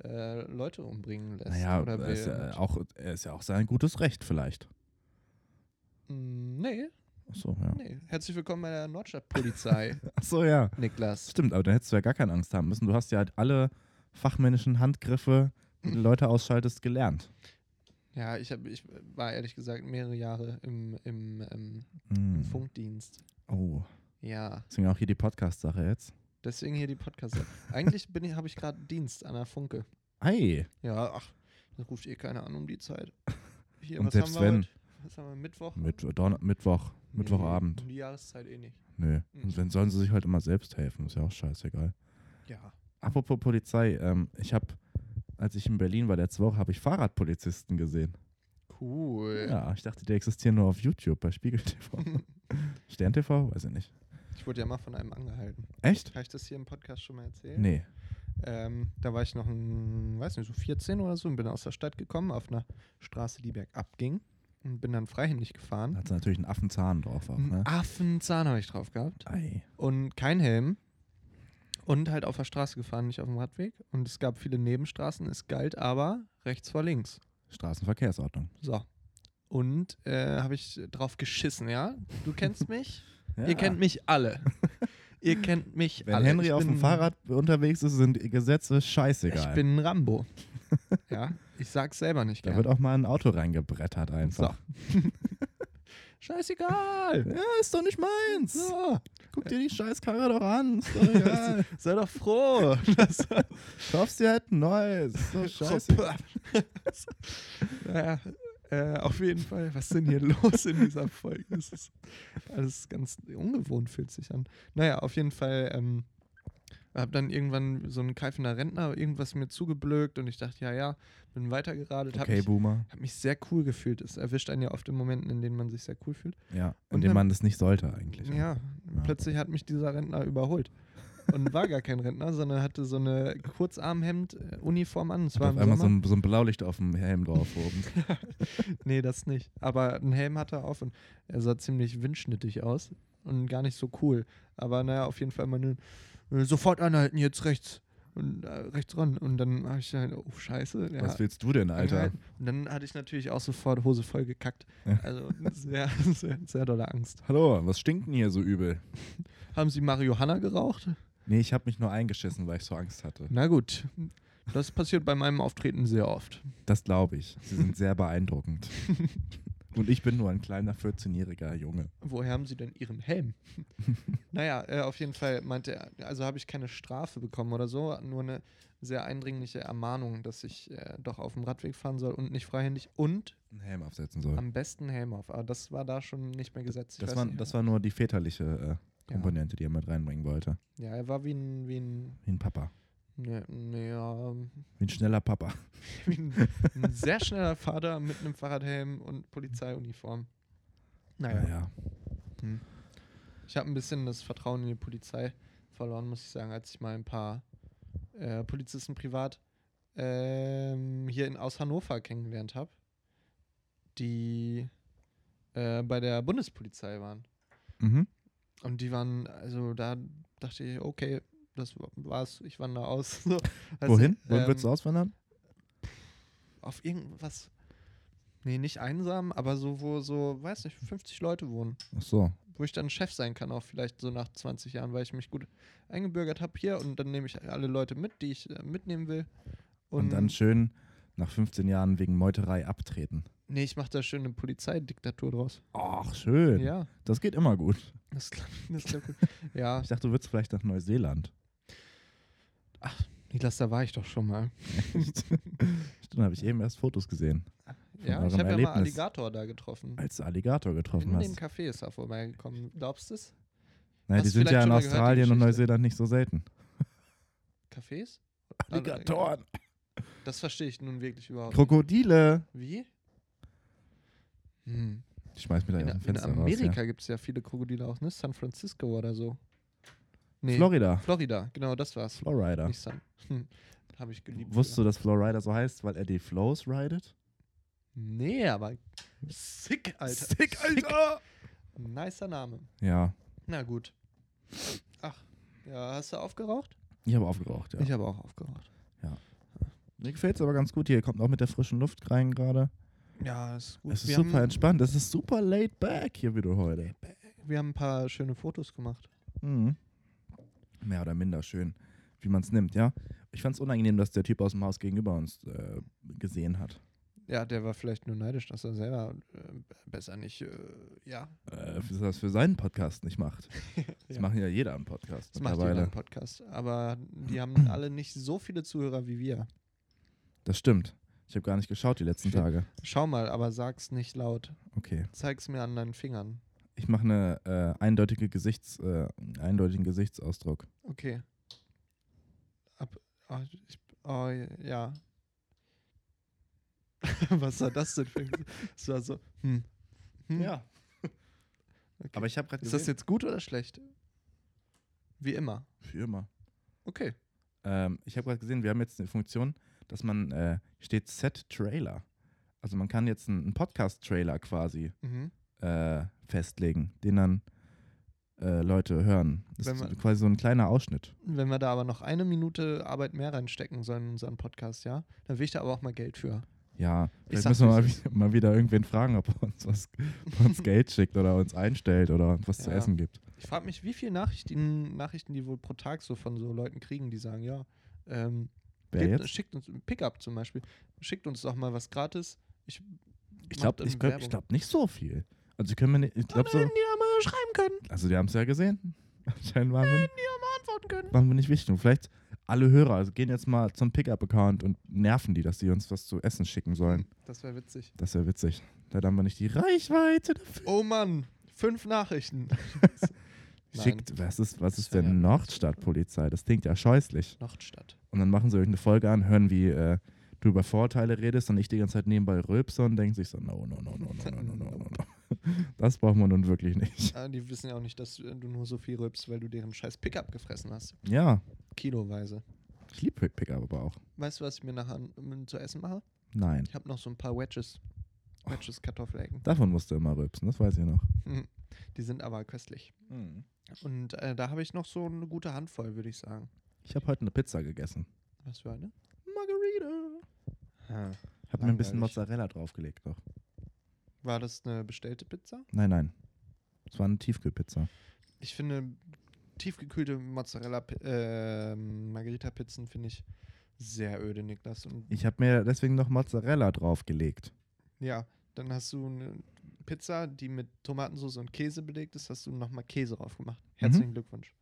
Speaker 4: äh, Leute umbringen lässt.
Speaker 1: Naja,
Speaker 4: oder
Speaker 1: er ist,
Speaker 4: will.
Speaker 1: ja auch, er ist ja auch sein gutes Recht vielleicht.
Speaker 4: Mm, Nee,
Speaker 1: Achso, ja.
Speaker 4: Nee, herzlich willkommen bei der Nordstadtpolizei,
Speaker 1: Achso, ja.
Speaker 4: Niklas.
Speaker 1: Stimmt, aber dann hättest du ja gar keine Angst haben müssen. Du hast ja halt alle fachmännischen Handgriffe, wie
Speaker 4: Hm.
Speaker 1: du Leute ausschaltest, gelernt.
Speaker 4: Ja, ich, hab, ich war ehrlich gesagt mehrere Jahre im, im, ähm, im
Speaker 1: Hm.
Speaker 4: Funkdienst.
Speaker 1: Oh,
Speaker 4: Ja,
Speaker 1: deswegen auch hier die Podcast-Sache jetzt.
Speaker 4: deswegen hier die Podcasts. Eigentlich bin ich, habe ich gerade Dienst an der Funke.
Speaker 1: Ei,
Speaker 4: Ja, ach, da ruft eh keiner an um die Zeit. Hier,
Speaker 1: Und
Speaker 4: was
Speaker 1: selbst
Speaker 4: haben wir
Speaker 1: wenn.
Speaker 4: heute? Was haben wir Mittwoch?
Speaker 1: mit, Donner Mittwoch,
Speaker 4: Nee,
Speaker 1: Mittwochabend.
Speaker 4: Um die Jahreszeit eh nicht.
Speaker 1: Nö.
Speaker 4: Mhm.
Speaker 1: Und wenn sollen sie sich halt immer selbst helfen, ist ja auch scheißegal.
Speaker 4: Ja.
Speaker 1: Apropos Polizei, ähm, ich habe, als ich in Berlin war letzte Woche, habe ich Fahrradpolizisten gesehen.
Speaker 4: Cool.
Speaker 1: Ja, ich dachte, die existieren nur auf YouTube bei Spiegel TV. Stern TV? Weiß ich nicht.
Speaker 4: Ich wurde ja mal von einem angehalten.
Speaker 1: Echt?
Speaker 4: Habe ich das hier im Podcast schon mal erzählt?
Speaker 1: Nee.
Speaker 4: Ähm, da war ich noch, ein, weiß nicht, so 14 oder so und bin aus der Stadt gekommen, auf einer Straße, die bergab ging und bin dann freihändig
Speaker 1: Da
Speaker 4: gefahren.
Speaker 1: hat sie natürlich einen Affenzahn drauf auch, ne?
Speaker 4: Einen Affenzahn habe ich drauf gehabt
Speaker 1: Ei.
Speaker 4: und kein Helm und halt auf der Straße gefahren, nicht auf dem Radweg. Und es gab viele Nebenstraßen, es galt aber rechts vor links.
Speaker 1: Straßenverkehrsordnung.
Speaker 4: So. Und äh, habe ich drauf geschissen, ja? Du kennst mich? Ihr kennt mich alle. Ihr kennt mich
Speaker 1: Wenn
Speaker 4: alle.
Speaker 1: Henry
Speaker 4: Ich
Speaker 1: auf dem
Speaker 4: bin-
Speaker 1: Fahrrad unterwegs ist, sind Gesetze scheißegal.
Speaker 4: Ich bin ein Rambo. ja, ich sag's selber nicht
Speaker 1: da
Speaker 4: gern.
Speaker 1: wird auch mal ein Auto reingebrettert einfach.
Speaker 4: Scheißegal.
Speaker 1: Ja,
Speaker 4: Ah,
Speaker 1: ist doch nicht meins.
Speaker 4: So.
Speaker 1: Guck dir die Scheißkarre doch an. Ist doch egal.
Speaker 4: Sei doch froh. Das
Speaker 1: Kaufst dir halt ein neues. Ist doch scheiße.
Speaker 4: Scheiße. naja, äh, auf jeden Fall. Was ist denn hier los in dieser Folge? Es ist alles ganz ungewohnt, fühlt sich an. Naja, auf jeden Fall. Ähm, hab dann irgendwann so ein keifender Rentner irgendwas mir zugeblökt und ich dachte, ja, ja, bin weitergeradelt. hab
Speaker 1: Okay,
Speaker 4: mich,
Speaker 1: Boomer.
Speaker 4: hab mich sehr cool gefühlt. Es erwischt einen ja oft in Momenten, in denen man sich sehr cool fühlt.
Speaker 1: Ja,
Speaker 4: Und
Speaker 1: in dem
Speaker 4: dann-
Speaker 1: man das nicht sollte eigentlich.
Speaker 4: Ja,
Speaker 1: Ja.
Speaker 4: plötzlich hat mich dieser Rentner überholt. Und war gar kein Rentner, sondern hatte so eine Kurzarmhemd-Uniform an. Es
Speaker 1: Hat
Speaker 4: war
Speaker 1: auf
Speaker 4: im
Speaker 1: einmal so
Speaker 4: Sommer.
Speaker 1: ein, so ein Blaulicht auf dem Helm drauf oben.
Speaker 4: nee, das nicht. Aber einen Helm hatte er auf und er sah ziemlich windschnittig aus und gar nicht so cool. Aber naja, auf jeden Fall mal sofort anhalten, jetzt rechts. Und äh, rechts ran. Und dann habe ich halt, oh Scheiße. Ja,
Speaker 1: Was willst du denn, Alter?
Speaker 4: angehalten. Und dann hatte ich natürlich auch sofort Hose voll gekackt.
Speaker 1: Ja.
Speaker 4: Also sehr, sehr, sehr dolle Angst.
Speaker 1: Hallo, was stinkt denn hier so übel?
Speaker 4: Haben Sie Marihuana geraucht?
Speaker 1: Nee, ich habe mich nur eingeschissen, weil ich so Angst hatte.
Speaker 4: Na gut, das passiert bei meinem Auftreten sehr oft.
Speaker 1: Das glaube ich. Sie sind sehr beeindruckend. Und ich bin nur ein kleiner 14-jähriger Junge.
Speaker 4: Woher haben Sie denn Ihren Helm? naja, äh, auf jeden Fall meinte er, also habe ich keine Strafe bekommen oder so, nur eine sehr eindringliche Ermahnung, dass ich äh, doch auf dem Radweg fahren soll und nicht freihändig und
Speaker 1: Einen Helm aufsetzen soll.
Speaker 4: am besten Helm auf. Aber das war da schon nicht mehr gesetzt. Ich
Speaker 1: Das
Speaker 4: weiß
Speaker 1: war,
Speaker 4: nicht,
Speaker 1: das war nur die väterliche äh,
Speaker 4: ja. Ja.
Speaker 1: Komponente, die er mit reinbringen wollte.
Speaker 4: ja, er war wie ein, wie ein,
Speaker 1: Wie ein Papa.
Speaker 4: ne, ne, ja,
Speaker 1: Wie ein schneller Papa.
Speaker 4: wie ein, ein sehr schneller Vater mit einem Fahrradhelm und Polizeiuniform. Naja.
Speaker 1: Naja.
Speaker 4: Ich habe ein bisschen das Vertrauen in die Polizei verloren, muss ich sagen, als ich mal ein paar äh, Polizisten privat ähm, hier in, aus Hannover kennengelernt habe, die äh, bei der Bundespolizei waren.
Speaker 1: Mhm.
Speaker 4: Und die waren, also da dachte ich, okay, das wa- war's, ich wandere aus. So, weißt du,
Speaker 1: Wohin? Wohin würdest du
Speaker 4: ähm,
Speaker 1: auswandern?
Speaker 4: Auf irgendwas nee, nicht einsam, aber so, wo so, weiß nicht, 50 Leute wohnen.
Speaker 1: Ach so.
Speaker 4: Wo ich dann Chef sein kann, auch vielleicht so nach 20 Jahren, weil ich mich gut eingebürgert habe hier und dann nehme ich alle Leute mit, die ich äh, mitnehmen will.
Speaker 1: Und, dann schön nach 15 Jahren wegen Meuterei abtreten.
Speaker 4: Nee, ich mache da schön eine Polizeidiktatur draus.
Speaker 1: Ach, schön.
Speaker 4: Ja,
Speaker 1: Das geht immer gut.
Speaker 4: das klappt. Das klappt gut. ja,
Speaker 1: Ich dachte, du würdest vielleicht nach Neuseeland.
Speaker 4: Niklas, da war ich doch schon mal.
Speaker 1: Stimmt, da habe ich eben erst Fotos gesehen,
Speaker 4: Ja, ich
Speaker 1: eurem
Speaker 4: habe ja mal
Speaker 1: Erlebnis.
Speaker 4: Alligator da getroffen.
Speaker 1: als du Alligator getroffen
Speaker 4: In dem
Speaker 1: hast.
Speaker 4: Café ist er vorbeigekommen. Glaubst du es?
Speaker 1: Naja,
Speaker 4: Hast
Speaker 1: die
Speaker 4: du
Speaker 1: sind
Speaker 4: vielleicht
Speaker 1: ja
Speaker 4: schon
Speaker 1: in
Speaker 4: mal gehört, die
Speaker 1: Australien und
Speaker 4: Geschichte?
Speaker 1: Neuseeland nicht so selten.
Speaker 4: Cafés?
Speaker 1: Alligatoren.
Speaker 4: Das verstehe ich nun wirklich überhaupt nicht.
Speaker 1: Krokodile.
Speaker 4: Wie? Hm.
Speaker 1: Ich schmeiß mir da
Speaker 4: In,
Speaker 1: ja aus dem
Speaker 4: in
Speaker 1: Fenster
Speaker 4: Amerika
Speaker 1: raus.
Speaker 4: gibt es ja viele Krokodile auch, ne? San Francisco oder so.
Speaker 1: Ja.
Speaker 4: Nee,
Speaker 1: Florida.
Speaker 4: Florida, genau, das war's.
Speaker 1: Florida.
Speaker 4: Nicht San. Hm. Habe ich geliebt.
Speaker 1: Wusstest du, dass Florida so heißt, weil er die Flows ridet?
Speaker 4: Nee, aber sick, Alter. Sick. Nicer Name.
Speaker 1: Ja.
Speaker 4: Na gut. Ach, ja, hast du aufgeraucht?
Speaker 1: Ich habe aufgeraucht, ja.
Speaker 4: Ich habe auch aufgeraucht.
Speaker 1: Mir gefällt es aber ganz gut hier. Kommt auch mit der frischen Luft rein gerade.
Speaker 4: Ja, ist gut.
Speaker 1: Es ist
Speaker 4: wir,
Speaker 1: super
Speaker 4: haben,
Speaker 1: entspannt. Es ist super laid back hier wieder heute.
Speaker 4: wir haben ein paar schöne Fotos gemacht.
Speaker 1: Mhm. Mehr oder minder schön, wie man es nimmt, ja. Ich fand es unangenehm, dass der Typ aus dem Haus gegenüber uns äh, gesehen hat.
Speaker 4: Ja, der war vielleicht nur neidisch, dass er selber äh, besser nicht, äh, ja.
Speaker 1: Äh, dass er das für seinen Podcast nicht macht. Das
Speaker 4: Ja.
Speaker 1: machen ja jeder am Podcast
Speaker 4: Das macht jeder
Speaker 1: mittlerweile.
Speaker 4: einen Podcast. Aber die haben alle nicht so viele Zuhörer wie wir.
Speaker 1: Das stimmt. Ich habe gar nicht geschaut die letzten
Speaker 4: Stimmt.
Speaker 1: Tage.
Speaker 4: Schau mal, aber sag's nicht laut.
Speaker 1: Okay.
Speaker 4: Zeig's mir an deinen Fingern.
Speaker 1: Ich mache eine äh, eindeutige Gesichts, äh, einen eindeutigen Gesichtsausdruck.
Speaker 4: Okay. Ab, oh, ich, oh, ja. Was war das denn für ein Es war so, hm. hm. Okay.
Speaker 1: Aber ich habe gerade
Speaker 4: Ist das jetzt gut oder schlecht? Wie immer.
Speaker 1: für immer.
Speaker 4: Okay.
Speaker 1: Ähm, ich habe gerade gesehen, wir haben jetzt eine Funktion, dass man äh, steht Set Trailer. Also man kann jetzt einen einen Podcast-Trailer quasi
Speaker 4: Mhm.
Speaker 1: äh, festlegen, den dann äh, Leute hören. Das
Speaker 4: Wenn
Speaker 1: ist
Speaker 4: man-
Speaker 1: quasi so ein kleiner Ausschnitt.
Speaker 4: Wenn wir da aber noch eine Minute Arbeit mehr reinstecken sollen in unseren Podcast, ja, dann will ich da aber auch mal Geld für.
Speaker 1: Ja, vielleicht
Speaker 4: sag,
Speaker 1: müssen wir mal,
Speaker 4: wie
Speaker 1: wi- mal wieder irgendwen fragen, ob er uns was ob er uns Geld schickt oder uns einstellt oder uns was zu
Speaker 4: Ja.
Speaker 1: essen gibt.
Speaker 4: Ich frage mich, wie viele Nachrichten, Nachrichten die wohl pro Tag so von so Leuten kriegen, die sagen, ja, ähm,
Speaker 1: Wer
Speaker 4: gebt-
Speaker 1: jetzt?
Speaker 4: schickt uns Pickup zum Beispiel, schickt uns doch mal was gratis. Ich,
Speaker 1: Ich glaube ich
Speaker 4: macht dann
Speaker 1: glaub,
Speaker 4: Werbung.
Speaker 1: ich glaub nicht so viel. Also die können mir nicht, ich glaube so,
Speaker 4: hätten die ja mal schreiben können,
Speaker 1: also die haben es ja gesehen. Anscheinend waren wir,
Speaker 4: die ja mal antworten können.
Speaker 1: waren wir nicht wichtig. Und vielleicht alle Hörer, also gehen jetzt mal zum Pickup-Account und nerven die, dass die uns was zu essen schicken sollen.
Speaker 4: Das wäre witzig.
Speaker 1: Das wäre witzig. Da haben wir nicht die Reichweite dafür.
Speaker 4: Oh Mann, fünf Nachrichten. Nein.
Speaker 1: Schickt, was ist, was ist
Speaker 4: Das wär
Speaker 1: denn
Speaker 4: ja-
Speaker 1: Nordstadtpolizei? Das klingt ja scheußlich.
Speaker 4: Nordstadt.
Speaker 1: Und dann machen sie irgendeine Folge an, hören, wie äh, du über Vorteile redest und ich die ganze Zeit nebenbei rülpse und denken sich so, no, no, no, no, no, no, no, no, no, no. Das braucht man nun wirklich nicht.
Speaker 4: Ah, die wissen ja auch nicht, dass äh, du nur so viel rülpst, weil du deren scheiß Pickup gefressen hast.
Speaker 1: Ja,
Speaker 4: Kiloweise.
Speaker 1: ich liebe Quick Pickup aber auch.
Speaker 4: Weißt du, was ich mir nachher ähm, zu essen mache?
Speaker 1: Nein.
Speaker 4: Ich habe noch so ein paar Wedges. Wedges Kartoffelecken.
Speaker 1: Davon musst du immer rülpsen, das weiß ich noch.
Speaker 4: Mhm. Die sind aber köstlich. Und äh, da habe ich noch so eine gute Handvoll, würde ich sagen.
Speaker 1: Ich habe heute eine Pizza gegessen.
Speaker 4: Was für eine?
Speaker 1: Margarita. Ich habe mir ein bisschen
Speaker 4: Langweilig.
Speaker 1: Mozzarella draufgelegt noch.
Speaker 4: War das eine bestellte Pizza?
Speaker 1: Nein, nein. Es war eine Tiefkühlpizza.
Speaker 4: Ich finde, tiefgekühlte Mozzarella, äh, Margarita-Pizzen finde ich sehr öde, Niklas. Und
Speaker 1: Ich habe mir deswegen noch Mozzarella draufgelegt.
Speaker 4: ja, dann hast du eine Pizza, die mit Tomatensauce und Käse belegt ist, hast du nochmal Käse drauf gemacht. Herzlichen Glückwunsch.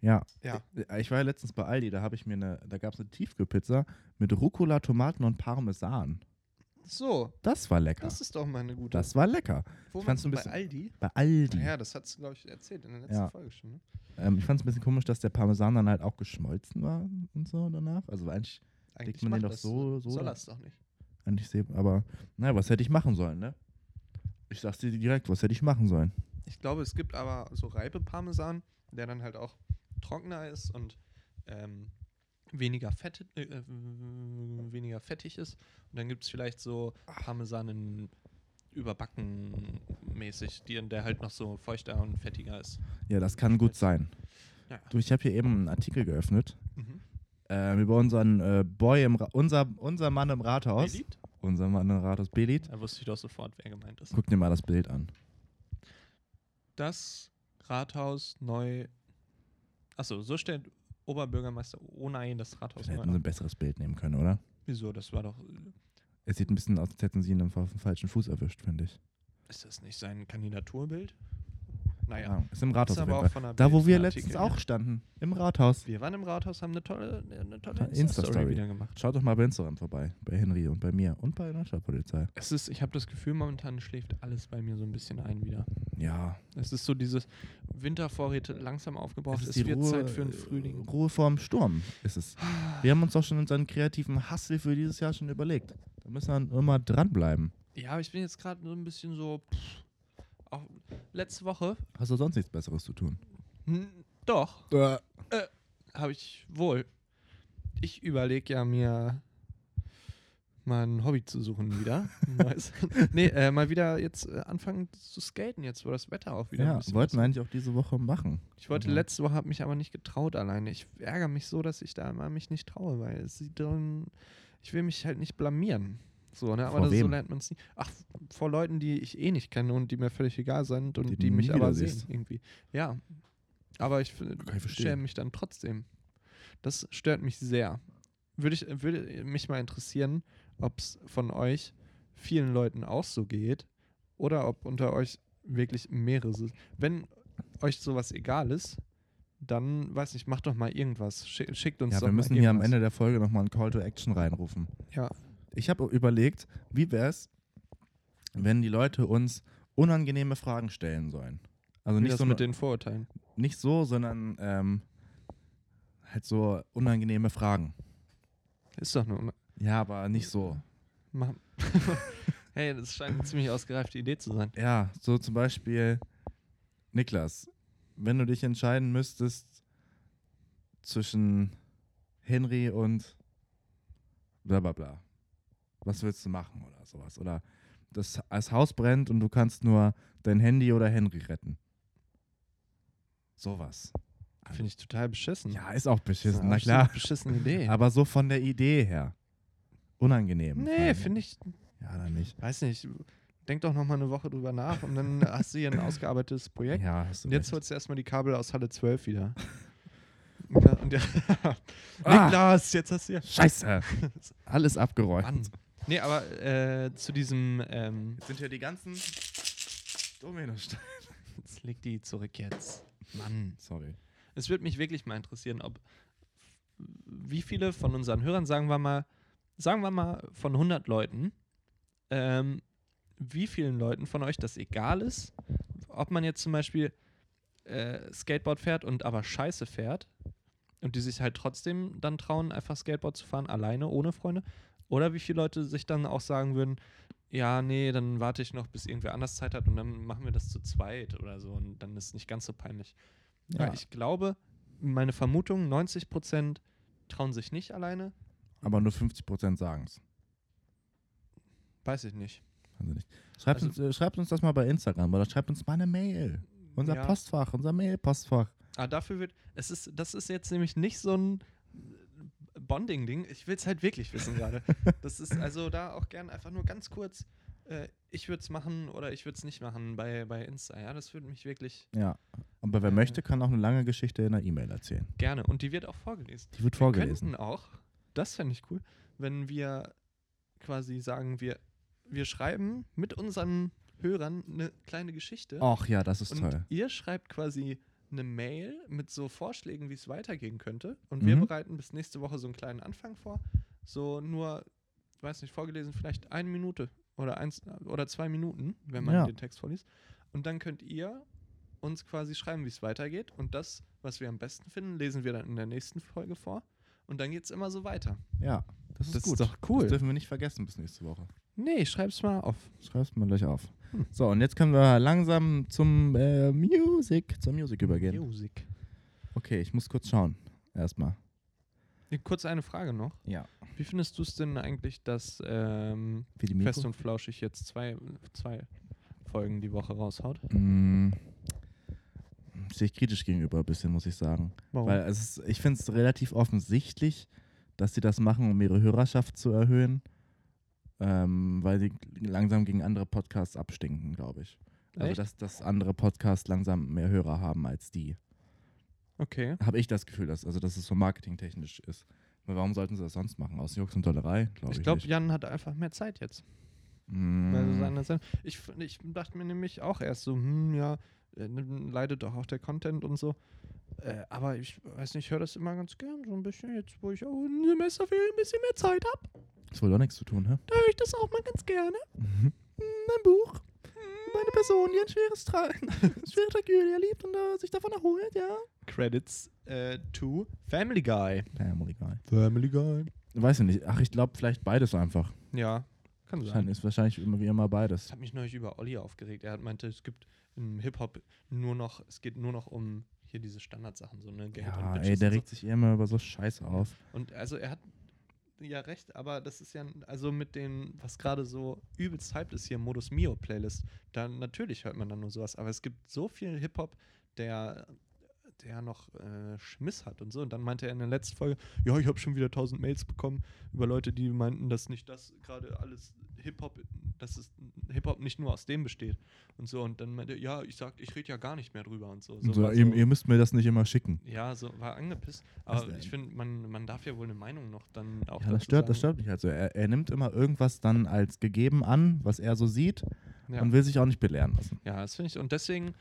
Speaker 1: Mhm. Ja. äh,
Speaker 4: Ja.
Speaker 1: Ich- Ich war ja letztens bei Aldi, da habe ich mir eine, da gab es eine Tiefkühlpizza mit Rucola, Tomaten und Parmesan.
Speaker 4: So,
Speaker 1: Das war lecker.
Speaker 4: das
Speaker 1: Das,
Speaker 4: ist doch mal eine gute.
Speaker 1: war lecker.
Speaker 4: Wo
Speaker 1: ich
Speaker 4: warst
Speaker 1: fand's ein
Speaker 4: du bei
Speaker 1: bisschen-
Speaker 4: Aldi?
Speaker 1: Bei Aldi.
Speaker 4: Ja, das hat glaube ich, erzählt in der letzten
Speaker 1: Ja.
Speaker 4: Folge schon. Ne?
Speaker 1: Ähm, ich fand es ein bisschen komisch, dass der Parmesan dann halt auch geschmolzen war und so danach. Also eigentlich, Legt man
Speaker 4: macht
Speaker 1: den doch
Speaker 4: das
Speaker 1: so- so
Speaker 4: Soll
Speaker 1: da-
Speaker 4: das doch nicht.
Speaker 1: eigentlich sehr, aber naja, was hätte ich machen sollen, ne? Ich sag's dir direkt, was hätte ich machen sollen?
Speaker 4: Ich glaube, es gibt aber so reibe Parmesan, der dann halt auch trockener ist und ähm, weniger, fett, äh, äh, weniger fettig ist. Und dann gibt es vielleicht so Parmesan in überbacken mäßig, die, der halt noch so feuchter und fettiger ist.
Speaker 1: Ja, das kann gut sein.
Speaker 4: Ja.
Speaker 1: Du, ich habe hier eben einen Artikel geöffnet
Speaker 4: Mhm.
Speaker 1: ähm, über unseren äh, Boy im Ra unser, unser Mann im Rathaus.
Speaker 4: Elite?
Speaker 1: unserem anderen Rathaus Belit.
Speaker 4: Da wusste ich doch sofort, wer gemeint ist.
Speaker 1: Guck dir mal das Bild an.
Speaker 4: Das Rathaus neu. Achso, so stellt Oberbürgermeister Onay das Rathaus
Speaker 1: Vielleicht hätten
Speaker 4: neu.
Speaker 1: sie
Speaker 4: auf.
Speaker 1: ein besseres Bild nehmen können, oder?
Speaker 4: Wieso? Das war doch.
Speaker 1: Es sieht ein bisschen aus, als hätten sie ihn auf dem falschen Fuß erwischt, finde ich.
Speaker 4: Ist das nicht sein Kandidaturbild?
Speaker 1: Keine
Speaker 4: Naja.
Speaker 1: Ahnung, Ist im Rathaus
Speaker 4: Ist
Speaker 1: auf jeden
Speaker 4: aber auch
Speaker 1: Fall.
Speaker 4: von einer
Speaker 1: Da, wo wir
Speaker 4: Bild-Artikel,
Speaker 1: letztens
Speaker 4: ja.
Speaker 1: auch standen. Im Rathaus.
Speaker 4: Wir waren im Rathaus, haben eine tolle, äh, eine tolle
Speaker 1: Insta-Story.
Speaker 4: Insta-Story wieder gemacht.
Speaker 1: Schaut doch mal bei Instagram vorbei. Bei Henry und bei mir. Und bei der Stadtpolizei.
Speaker 4: Es ist, ich habe das Gefühl, momentan schläft alles bei mir so ein bisschen ein wieder.
Speaker 1: Ja.
Speaker 4: Es ist so dieses Wintervorräte langsam aufgebraucht.
Speaker 1: es
Speaker 4: Es,
Speaker 1: ist die
Speaker 4: wird
Speaker 1: Ruhe,
Speaker 4: Zeit für einen
Speaker 1: äh,
Speaker 4: Frühling.
Speaker 1: Ruhe vorm Sturm ist es. Wir haben uns doch schon unseren kreativen Hustle für dieses Jahr schon überlegt. Da müssen wir immer dranbleiben.
Speaker 4: Ja, aber ich bin jetzt gerade so ein bisschen so. Pff, auch letzte Woche.
Speaker 1: Hast du sonst nichts Besseres zu tun?
Speaker 4: Hm, doch,
Speaker 1: Äh.
Speaker 4: habe ich wohl. Ich überlege ja mir mal ein Hobby zu suchen wieder. Ein neues. nee, äh, mal wieder jetzt äh, anfangen zu skaten, jetzt wo das Wetter auch wieder ein
Speaker 1: Ja,
Speaker 4: bisschen
Speaker 1: wollten wir
Speaker 4: besser-
Speaker 1: eigentlich auch diese Woche machen.
Speaker 4: Ich wollte
Speaker 1: aber-
Speaker 4: letzte Woche, habe mich aber nicht getraut alleine. Ich ärgere mich so, dass ich da immer mich nicht traue, weil es sieht dann, ich will mich halt nicht blamieren. So, ne? Aber
Speaker 1: Vor
Speaker 4: das, so
Speaker 1: wem?
Speaker 4: lernt man es nie. Ach, vor Leuten, die ich eh nicht kenne und die mir völlig egal sind und
Speaker 1: Die
Speaker 4: die,
Speaker 1: du nie
Speaker 4: mich aber
Speaker 1: wieder
Speaker 4: sehen
Speaker 1: siehst.
Speaker 4: irgendwie. Ja. Aber ich, f-
Speaker 1: Kann ich verstehen.
Speaker 4: schäme mich dann trotzdem. Das stört mich sehr. Würde, ich, würde mich mal interessieren, ob es von euch vielen Leuten auch so geht oder ob unter euch wirklich mehrere sind. Wenn euch sowas egal ist, dann weiß nicht, macht doch mal irgendwas. Schick- Schickt uns
Speaker 1: Ja,
Speaker 4: doch
Speaker 1: wir
Speaker 4: mal
Speaker 1: müssen hier am
Speaker 4: irgendwas.
Speaker 1: Ende der Folge nochmal einen Call to Action reinrufen.
Speaker 4: Ja,
Speaker 1: Ich habe überlegt, wie wäre es, wenn die Leute uns unangenehme Fragen stellen sollen. Also
Speaker 4: wie
Speaker 1: nicht
Speaker 4: das
Speaker 1: so,
Speaker 4: mit
Speaker 1: eine-
Speaker 4: den Vorurteilen.
Speaker 1: nicht so, sondern ähm, halt so unangenehme Fragen.
Speaker 4: Ist doch nur. ne,
Speaker 1: Ja, aber nicht so.
Speaker 4: Mach, hey, das scheint eine ziemlich ausgereifte Idee zu sein.
Speaker 1: Ja, so zum Beispiel, Niklas, wenn du dich entscheiden müsstest zwischen Henry und bla bla bla, was willst du machen oder sowas? Oder das, das Haus brennt und du kannst nur dein Handy oder Henry retten. Sowas.
Speaker 4: Finde ich total beschissen.
Speaker 1: Ja, ist auch
Speaker 4: Das Hm. ist
Speaker 1: beschissen,
Speaker 4: eine
Speaker 1: na
Speaker 4: absolut
Speaker 1: klar.
Speaker 4: Beschissene Idee.
Speaker 1: Aber so von der Idee her. Unangenehm.
Speaker 4: nee, finde ich,
Speaker 1: ich. Ja, dann nicht.
Speaker 4: weiß nicht. Denk doch noch mal eine Woche drüber nach und dann hast du hier ein ausgearbeitetes Projekt.
Speaker 1: Ja, hast du
Speaker 4: und jetzt
Speaker 1: recht.
Speaker 4: holst du erstmal die Kabel aus Halle 12 wieder. Ja, und ja,
Speaker 1: Ah!
Speaker 4: Niklas, jetzt hast du ja.
Speaker 1: Scheiße! Alles abgeräumt.
Speaker 4: Mann. Nee, aber äh, zu diesem. Ähm,
Speaker 1: Jetzt sind hier die ganzen Dominosteine.
Speaker 4: jetzt leg die zurück jetzt. Mann.
Speaker 1: Sorry.
Speaker 4: Es würde mich wirklich mal interessieren, ob. Wie viele von unseren Hörern, sagen wir mal, sagen wir mal von 100 Leuten, ähm, wie vielen Leuten von euch das egal ist, ob man jetzt zum Beispiel äh, Skateboard fährt und aber Scheiße fährt und die sich halt trotzdem dann trauen, einfach Skateboard zu fahren, alleine, ohne Freunde. Oder wie viele Leute sich dann auch sagen würden, ja, nee, dann warte ich noch, bis irgendwer anders Zeit hat und dann machen wir das zu zweit oder so und dann ist es nicht ganz so peinlich.
Speaker 1: Ja.
Speaker 4: Weil ich glaube, meine Vermutung, 90 Prozent trauen sich nicht alleine,
Speaker 1: Aber nur 50% sagen es.
Speaker 4: weiß ich nicht.
Speaker 1: Also nicht. Schreibt,
Speaker 4: Also-
Speaker 1: uns, äh, schreibt uns das mal bei Instagram oder schreibt uns mal eine Mail. Unser
Speaker 4: Ja.
Speaker 1: Postfach, unser Mail-Postfach.
Speaker 4: Aber dafür wird, es ist, das ist jetzt nämlich nicht so ein Bonding-Ding. Ich will es halt wirklich wissen gerade. Das ist also da auch gern einfach nur ganz kurz, äh, ich würde es machen oder ich würde es nicht machen bei, bei Insta. Ja, das würde mich wirklich
Speaker 1: Ja. Aber wer
Speaker 4: Äh.
Speaker 1: möchte, kann auch eine lange Geschichte in einer E-Mail erzählen.
Speaker 4: gerne. Und die wird auch vorgelesen.
Speaker 1: Die wird
Speaker 4: Wir
Speaker 1: vorgelesen.
Speaker 4: könnten auch, das fände ich cool, wenn wir quasi sagen, wir, wir schreiben mit unseren Hörern eine kleine Geschichte.
Speaker 1: Ach ja, das ist
Speaker 4: Und
Speaker 1: toll.
Speaker 4: ihr schreibt quasi eine Mail mit so Vorschlägen, wie es weitergehen könnte. Und wir
Speaker 1: Mhm.
Speaker 4: bereiten bis nächste Woche so einen kleinen Anfang vor. So nur, weiß nicht, vorgelesen, vielleicht eine Minute oder eins oder zwei Minuten, wenn man
Speaker 1: Ja.
Speaker 4: den Text vorliest. Und dann könnt ihr uns quasi schreiben, wie es weitergeht. Und das, was wir am besten finden, lesen wir dann in der nächsten Folge vor. Und dann geht es immer so weiter.
Speaker 1: Ja, das ist
Speaker 4: das ist
Speaker 1: gut.
Speaker 4: doch cool.
Speaker 1: Das dürfen wir nicht vergessen bis nächste Woche.
Speaker 4: Nee, schreib's mal auf.
Speaker 1: Schreib's mal gleich auf.
Speaker 4: Hm.
Speaker 1: So, und jetzt können wir langsam zum äh, Music, zur Music übergehen.
Speaker 4: Music.
Speaker 1: Okay, ich muss kurz schauen. Erstmal.
Speaker 4: Kurz eine Frage noch.
Speaker 1: Ja.
Speaker 4: Wie findest du es denn eigentlich, dass ähm,
Speaker 1: Wie die
Speaker 4: Fest und Flauschig jetzt zwei, zwei Folgen die Woche raushaut.
Speaker 1: Mm, Sehe ich kritisch gegenüber ein bisschen, muss ich sagen.
Speaker 4: Oh.
Speaker 1: Weil es ist, ich finde es relativ offensichtlich, dass sie das machen, um ihre Hörerschaft zu erhöhen. ähm, weil die langsam gegen andere Podcasts abstinken, glaube ich. Also,
Speaker 4: Echt?
Speaker 1: dass, dass andere Podcasts langsam mehr Hörer haben als die.
Speaker 4: Okay.
Speaker 1: Habe ich das Gefühl, dass, also, dass es so marketingtechnisch ist. Weil warum sollten sie das sonst machen? Aus Jux und Tollerei, glaube ich.
Speaker 4: ich glaube,
Speaker 1: nicht.
Speaker 4: Jan hat einfach mehr Zeit jetzt.
Speaker 1: Mm.
Speaker 4: Weil seine Send- ich, f- ich dachte mir nämlich auch erst so, hm, ja, äh, n- leidet doch auch der Content und so. Äh, aber ich weiß nicht, ich höre das immer ganz gern, so ein bisschen jetzt, wo ich auch ein Semester viel ein bisschen mehr Zeit habe,
Speaker 1: Ist wohl auch nichts zu tun, hä?
Speaker 4: da höre ich das auch mal ganz gerne. Mein Buch,
Speaker 1: Hm.
Speaker 4: meine Person, die ein schweres Tra schwere Tragödie erlebt und sich davon erholt, ja. Credits äh, to Family Guy.
Speaker 1: Family Guy.
Speaker 4: Family Guy.
Speaker 1: Weiß ich nicht. Ach, ich glaube, vielleicht beides einfach.
Speaker 4: Ja, kann sein.
Speaker 1: Wahrscheinlich- Ist wahrscheinlich immer wie immer beides.
Speaker 4: Das hat mich neulich über Olli aufgeregt. Er hat meinte, es gibt im Hip-Hop nur noch, es geht nur noch um hier diese Standardsachen, so ne Geld und
Speaker 1: Ja,
Speaker 4: Bitches
Speaker 1: ey, der
Speaker 4: und,
Speaker 1: regt sich immer über so Scheiß auf.
Speaker 4: so. und also er hat ja recht, aber das ist ja, also mit dem, was gerade so übelst hyped ist hier, Modus Mio Playlist, dann natürlich hört man dann nur sowas, aber es gibt so viel Hip-Hop, der der noch äh, Schmiss hat und so. Und dann meinte er in der letzten Folge, ja, ich habe schon wieder 1000 Mails bekommen über Leute, die meinten, dass nicht das gerade alles Hip-Hop, dass es Hip-Hop nicht nur aus dem besteht und so. Und dann meinte er, ja, ich sag, ich rede ja gar nicht mehr drüber und so.
Speaker 1: So,
Speaker 4: war
Speaker 1: ihr, ihr müsst mir das nicht immer schicken.
Speaker 4: ja, so war angepisst.
Speaker 1: Was
Speaker 4: Aber
Speaker 1: denn?
Speaker 4: ich finde, man, man darf ja wohl eine Meinung noch dann auch
Speaker 1: Ja, das
Speaker 4: dazu
Speaker 1: stört, das
Speaker 4: sagen.
Speaker 1: stört mich halt so. Er, er nimmt immer irgendwas dann als gegeben an, was er so sieht
Speaker 4: Ja.
Speaker 1: und will sich auch nicht belehren lassen.
Speaker 4: ja, das finde ich. Und deswegen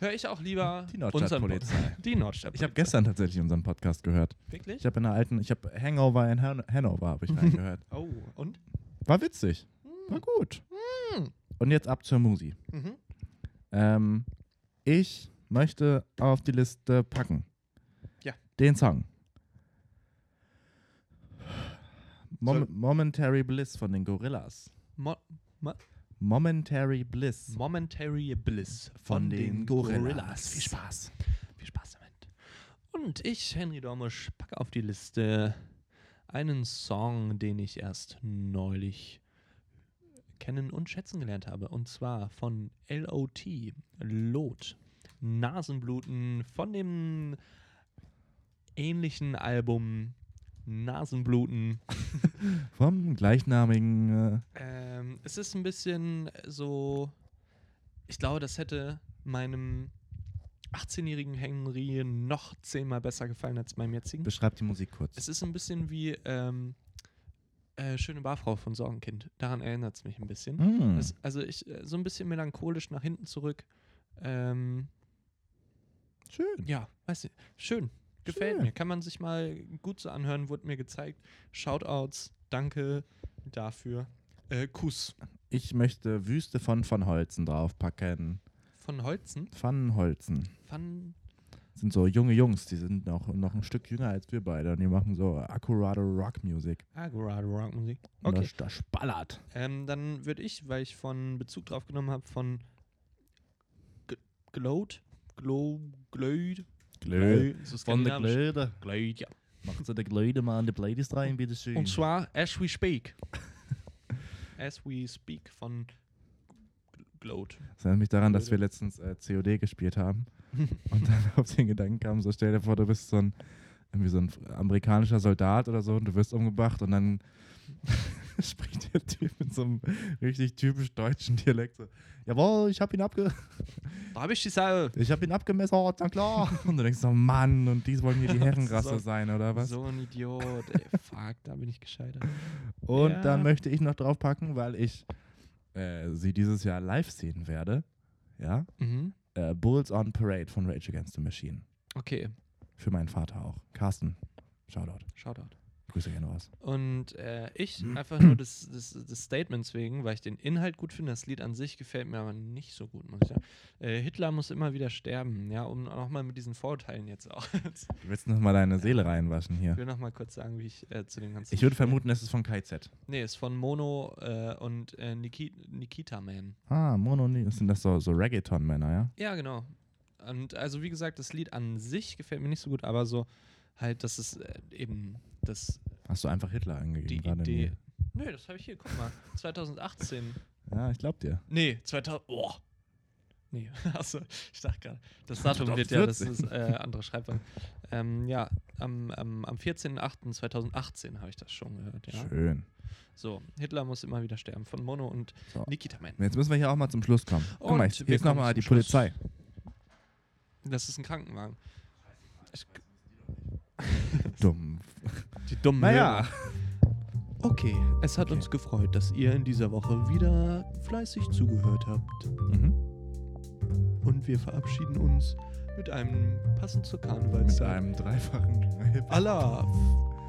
Speaker 4: höre ich auch lieber
Speaker 1: Die
Speaker 4: unseren Pod-
Speaker 1: Nordstadtpolizei.
Speaker 4: Die Nordstadt.
Speaker 1: Ich habe gestern tatsächlich unseren Podcast gehört.
Speaker 4: Wirklich?
Speaker 1: Ich habe in einer alten, ich habe Hangover in Han Hanover habe ich reingehört.
Speaker 4: oh, und?
Speaker 1: War witzig.
Speaker 4: Hm.
Speaker 1: War gut. Und jetzt ab zur Musi.
Speaker 4: Mhm.
Speaker 1: Ähm, ich möchte auf die Liste packen.
Speaker 4: Ja.
Speaker 1: Den Song. Mom
Speaker 4: Soll-
Speaker 1: Momentary Bliss von den Gorillas.
Speaker 4: Mo Mo
Speaker 1: Momentary Bliss
Speaker 4: Momentary Bliss von, den, Gorillas.
Speaker 1: Viel Spaß.
Speaker 4: Viel Spaß damit. Und ich, Henry Dormisch, packe auf die Liste einen Song, den ich erst neulich kennen und schätzen gelernt habe. Und zwar von LOT, Lot, Nasenbluten von dem ähnlichen Album Nasenbluten.
Speaker 1: Vom gleichnamigen. Äh,
Speaker 4: Ähm, es ist ein bisschen so, ich glaube, das hätte meinem 18-jährigen Henry noch zehnmal besser gefallen als meinem jetzigen.
Speaker 1: beschreib die Musik kurz.
Speaker 4: Es ist ein bisschen wie ähm, äh, Schöne Barfrau von Sorgenkind. Daran erinnert es mich ein bisschen.
Speaker 1: Mm.
Speaker 4: Es, also ich, äh, so ein bisschen melancholisch nach hinten zurück. Ähm,
Speaker 1: Schön.
Speaker 4: ja, weiß nicht. Schön. Gefällt
Speaker 1: Schön.
Speaker 4: mir. Kann man sich mal gut so anhören, wurde mir gezeigt. Shoutouts, danke dafür. Äh, Kuss.
Speaker 1: Ich möchte Wüste von Van Holzen draufpacken.
Speaker 4: Von Holzen.
Speaker 1: Van Holzen.
Speaker 4: Van
Speaker 1: Sind so junge Jungs, die sind noch, noch ein Stück jünger als wir beide und die machen so akkurate Rockmusik.
Speaker 4: Agorado Rockmusik.
Speaker 1: Und
Speaker 4: Okay.
Speaker 1: Das, das spallert.
Speaker 4: Ähm, dann würde ich, weil ich von Bezug drauf genommen habe, von G- Glowed, Glow, Glöd,
Speaker 1: Glöd.
Speaker 4: Glöd, so
Speaker 1: Von der
Speaker 4: skandinavisch.
Speaker 1: Glöde.
Speaker 4: Glöd, ja.
Speaker 1: Macht so der Glöde mal an die Playlist rein, bitteschön.
Speaker 4: Und zwar As We Speak. As We Speak von Glowed.
Speaker 1: Das erinnert mich daran, dass wir letztens äh, COD gespielt haben und dann auf den Gedanken kam, so stell dir vor, du bist so ein, irgendwie so ein amerikanischer Soldat oder so und du wirst umgebracht und dann spricht der Typ mit so einem richtig typisch deutschen Dialekt so, jawohl, ich hab ihn abge...
Speaker 4: Da habe ich die Salve.
Speaker 1: Ich hab ihn abgemessert, na klar. Und du denkst so, Mann, und die wollen hier die Herrenrasse
Speaker 4: So-
Speaker 1: sein, oder was?
Speaker 4: So ein Idiot, ey. Fuck, da bin ich gescheitert.
Speaker 1: Und
Speaker 4: Ja.
Speaker 1: dann möchte ich noch draufpacken, weil ich äh, sie dieses Jahr live sehen werde. Ja.
Speaker 4: Mhm.
Speaker 1: Äh, Bulls on Parade von Rage Against the Machine.
Speaker 4: Okay,
Speaker 1: Für meinen Vater auch. Carsten. Shoutout.
Speaker 4: Shoutout.
Speaker 1: Grüße gerne raus.
Speaker 4: Und äh, ich
Speaker 1: Mhm.
Speaker 4: einfach nur des, des, des Statements wegen, weil ich den Inhalt gut finde, das Lied an sich gefällt mir aber nicht so gut, muss ich sagen. Äh, Hitler muss immer wieder sterben, ja, um nochmal mit diesen Vorurteilen jetzt auch. ich
Speaker 1: Du willst noch mal deine Seele reinwaschen hier.
Speaker 4: will nochmal kurz sagen, wie ich äh, zu dem ganzen.
Speaker 1: Ich würde
Speaker 4: stehe.
Speaker 1: vermuten, es ist von KZ.
Speaker 4: Nee, ist von Mono äh, und äh, Niki Nikita Man.
Speaker 1: Ah, Mono, und Ni- das sind das so, so Reggaeton-Männer, ja?
Speaker 4: Ja, genau. Und also, wie gesagt, das Lied an sich gefällt mir nicht so gut, aber so halt, dass es äh, eben das,
Speaker 1: Hast du einfach Hitler angegeben
Speaker 4: die
Speaker 1: gerade?
Speaker 4: Idee.
Speaker 1: Nee.
Speaker 4: Nö, das habe ich hier, guck mal. 2018.
Speaker 1: Ja, ich glaub dir.
Speaker 4: Nee, 2000. Boah. oh. Nee, achso, ich dachte gerade. Das
Speaker 1: Tut
Speaker 4: Datum
Speaker 1: auf
Speaker 4: wird ja, das
Speaker 1: 14.
Speaker 4: ist äh, andere Schreibweise. Ähm, ja, am, am, am 14.08.2018 habe ich das schon gehört. Ja?
Speaker 1: Schön.
Speaker 4: So, Hitler muss immer wieder sterben von Mono und
Speaker 1: So.
Speaker 4: Nikita Man.
Speaker 1: Jetzt müssen wir hier auch mal zum Schluss kommen. Guck
Speaker 4: Und
Speaker 1: mal, hier
Speaker 4: wir
Speaker 1: ist
Speaker 4: kommen
Speaker 1: nochmal
Speaker 4: zum
Speaker 1: die
Speaker 4: Schluss.
Speaker 1: Polizei.
Speaker 4: Das ist ein Krankenwagen. Ich,
Speaker 1: Dumm.
Speaker 4: die dummen
Speaker 1: Naja.
Speaker 4: Hörer. Okay, es hat
Speaker 1: Okay.
Speaker 4: uns gefreut, dass ihr in dieser Woche wieder fleißig zugehört habt.
Speaker 1: Mhm.
Speaker 4: Und wir verabschieden uns mit einem passend zur
Speaker 1: Mit
Speaker 4: Karnevalszeit.
Speaker 1: einem dreifachen Hip
Speaker 4: Allah!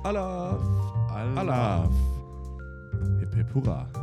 Speaker 4: Allah!
Speaker 1: Allah. Hip Hip Hurra.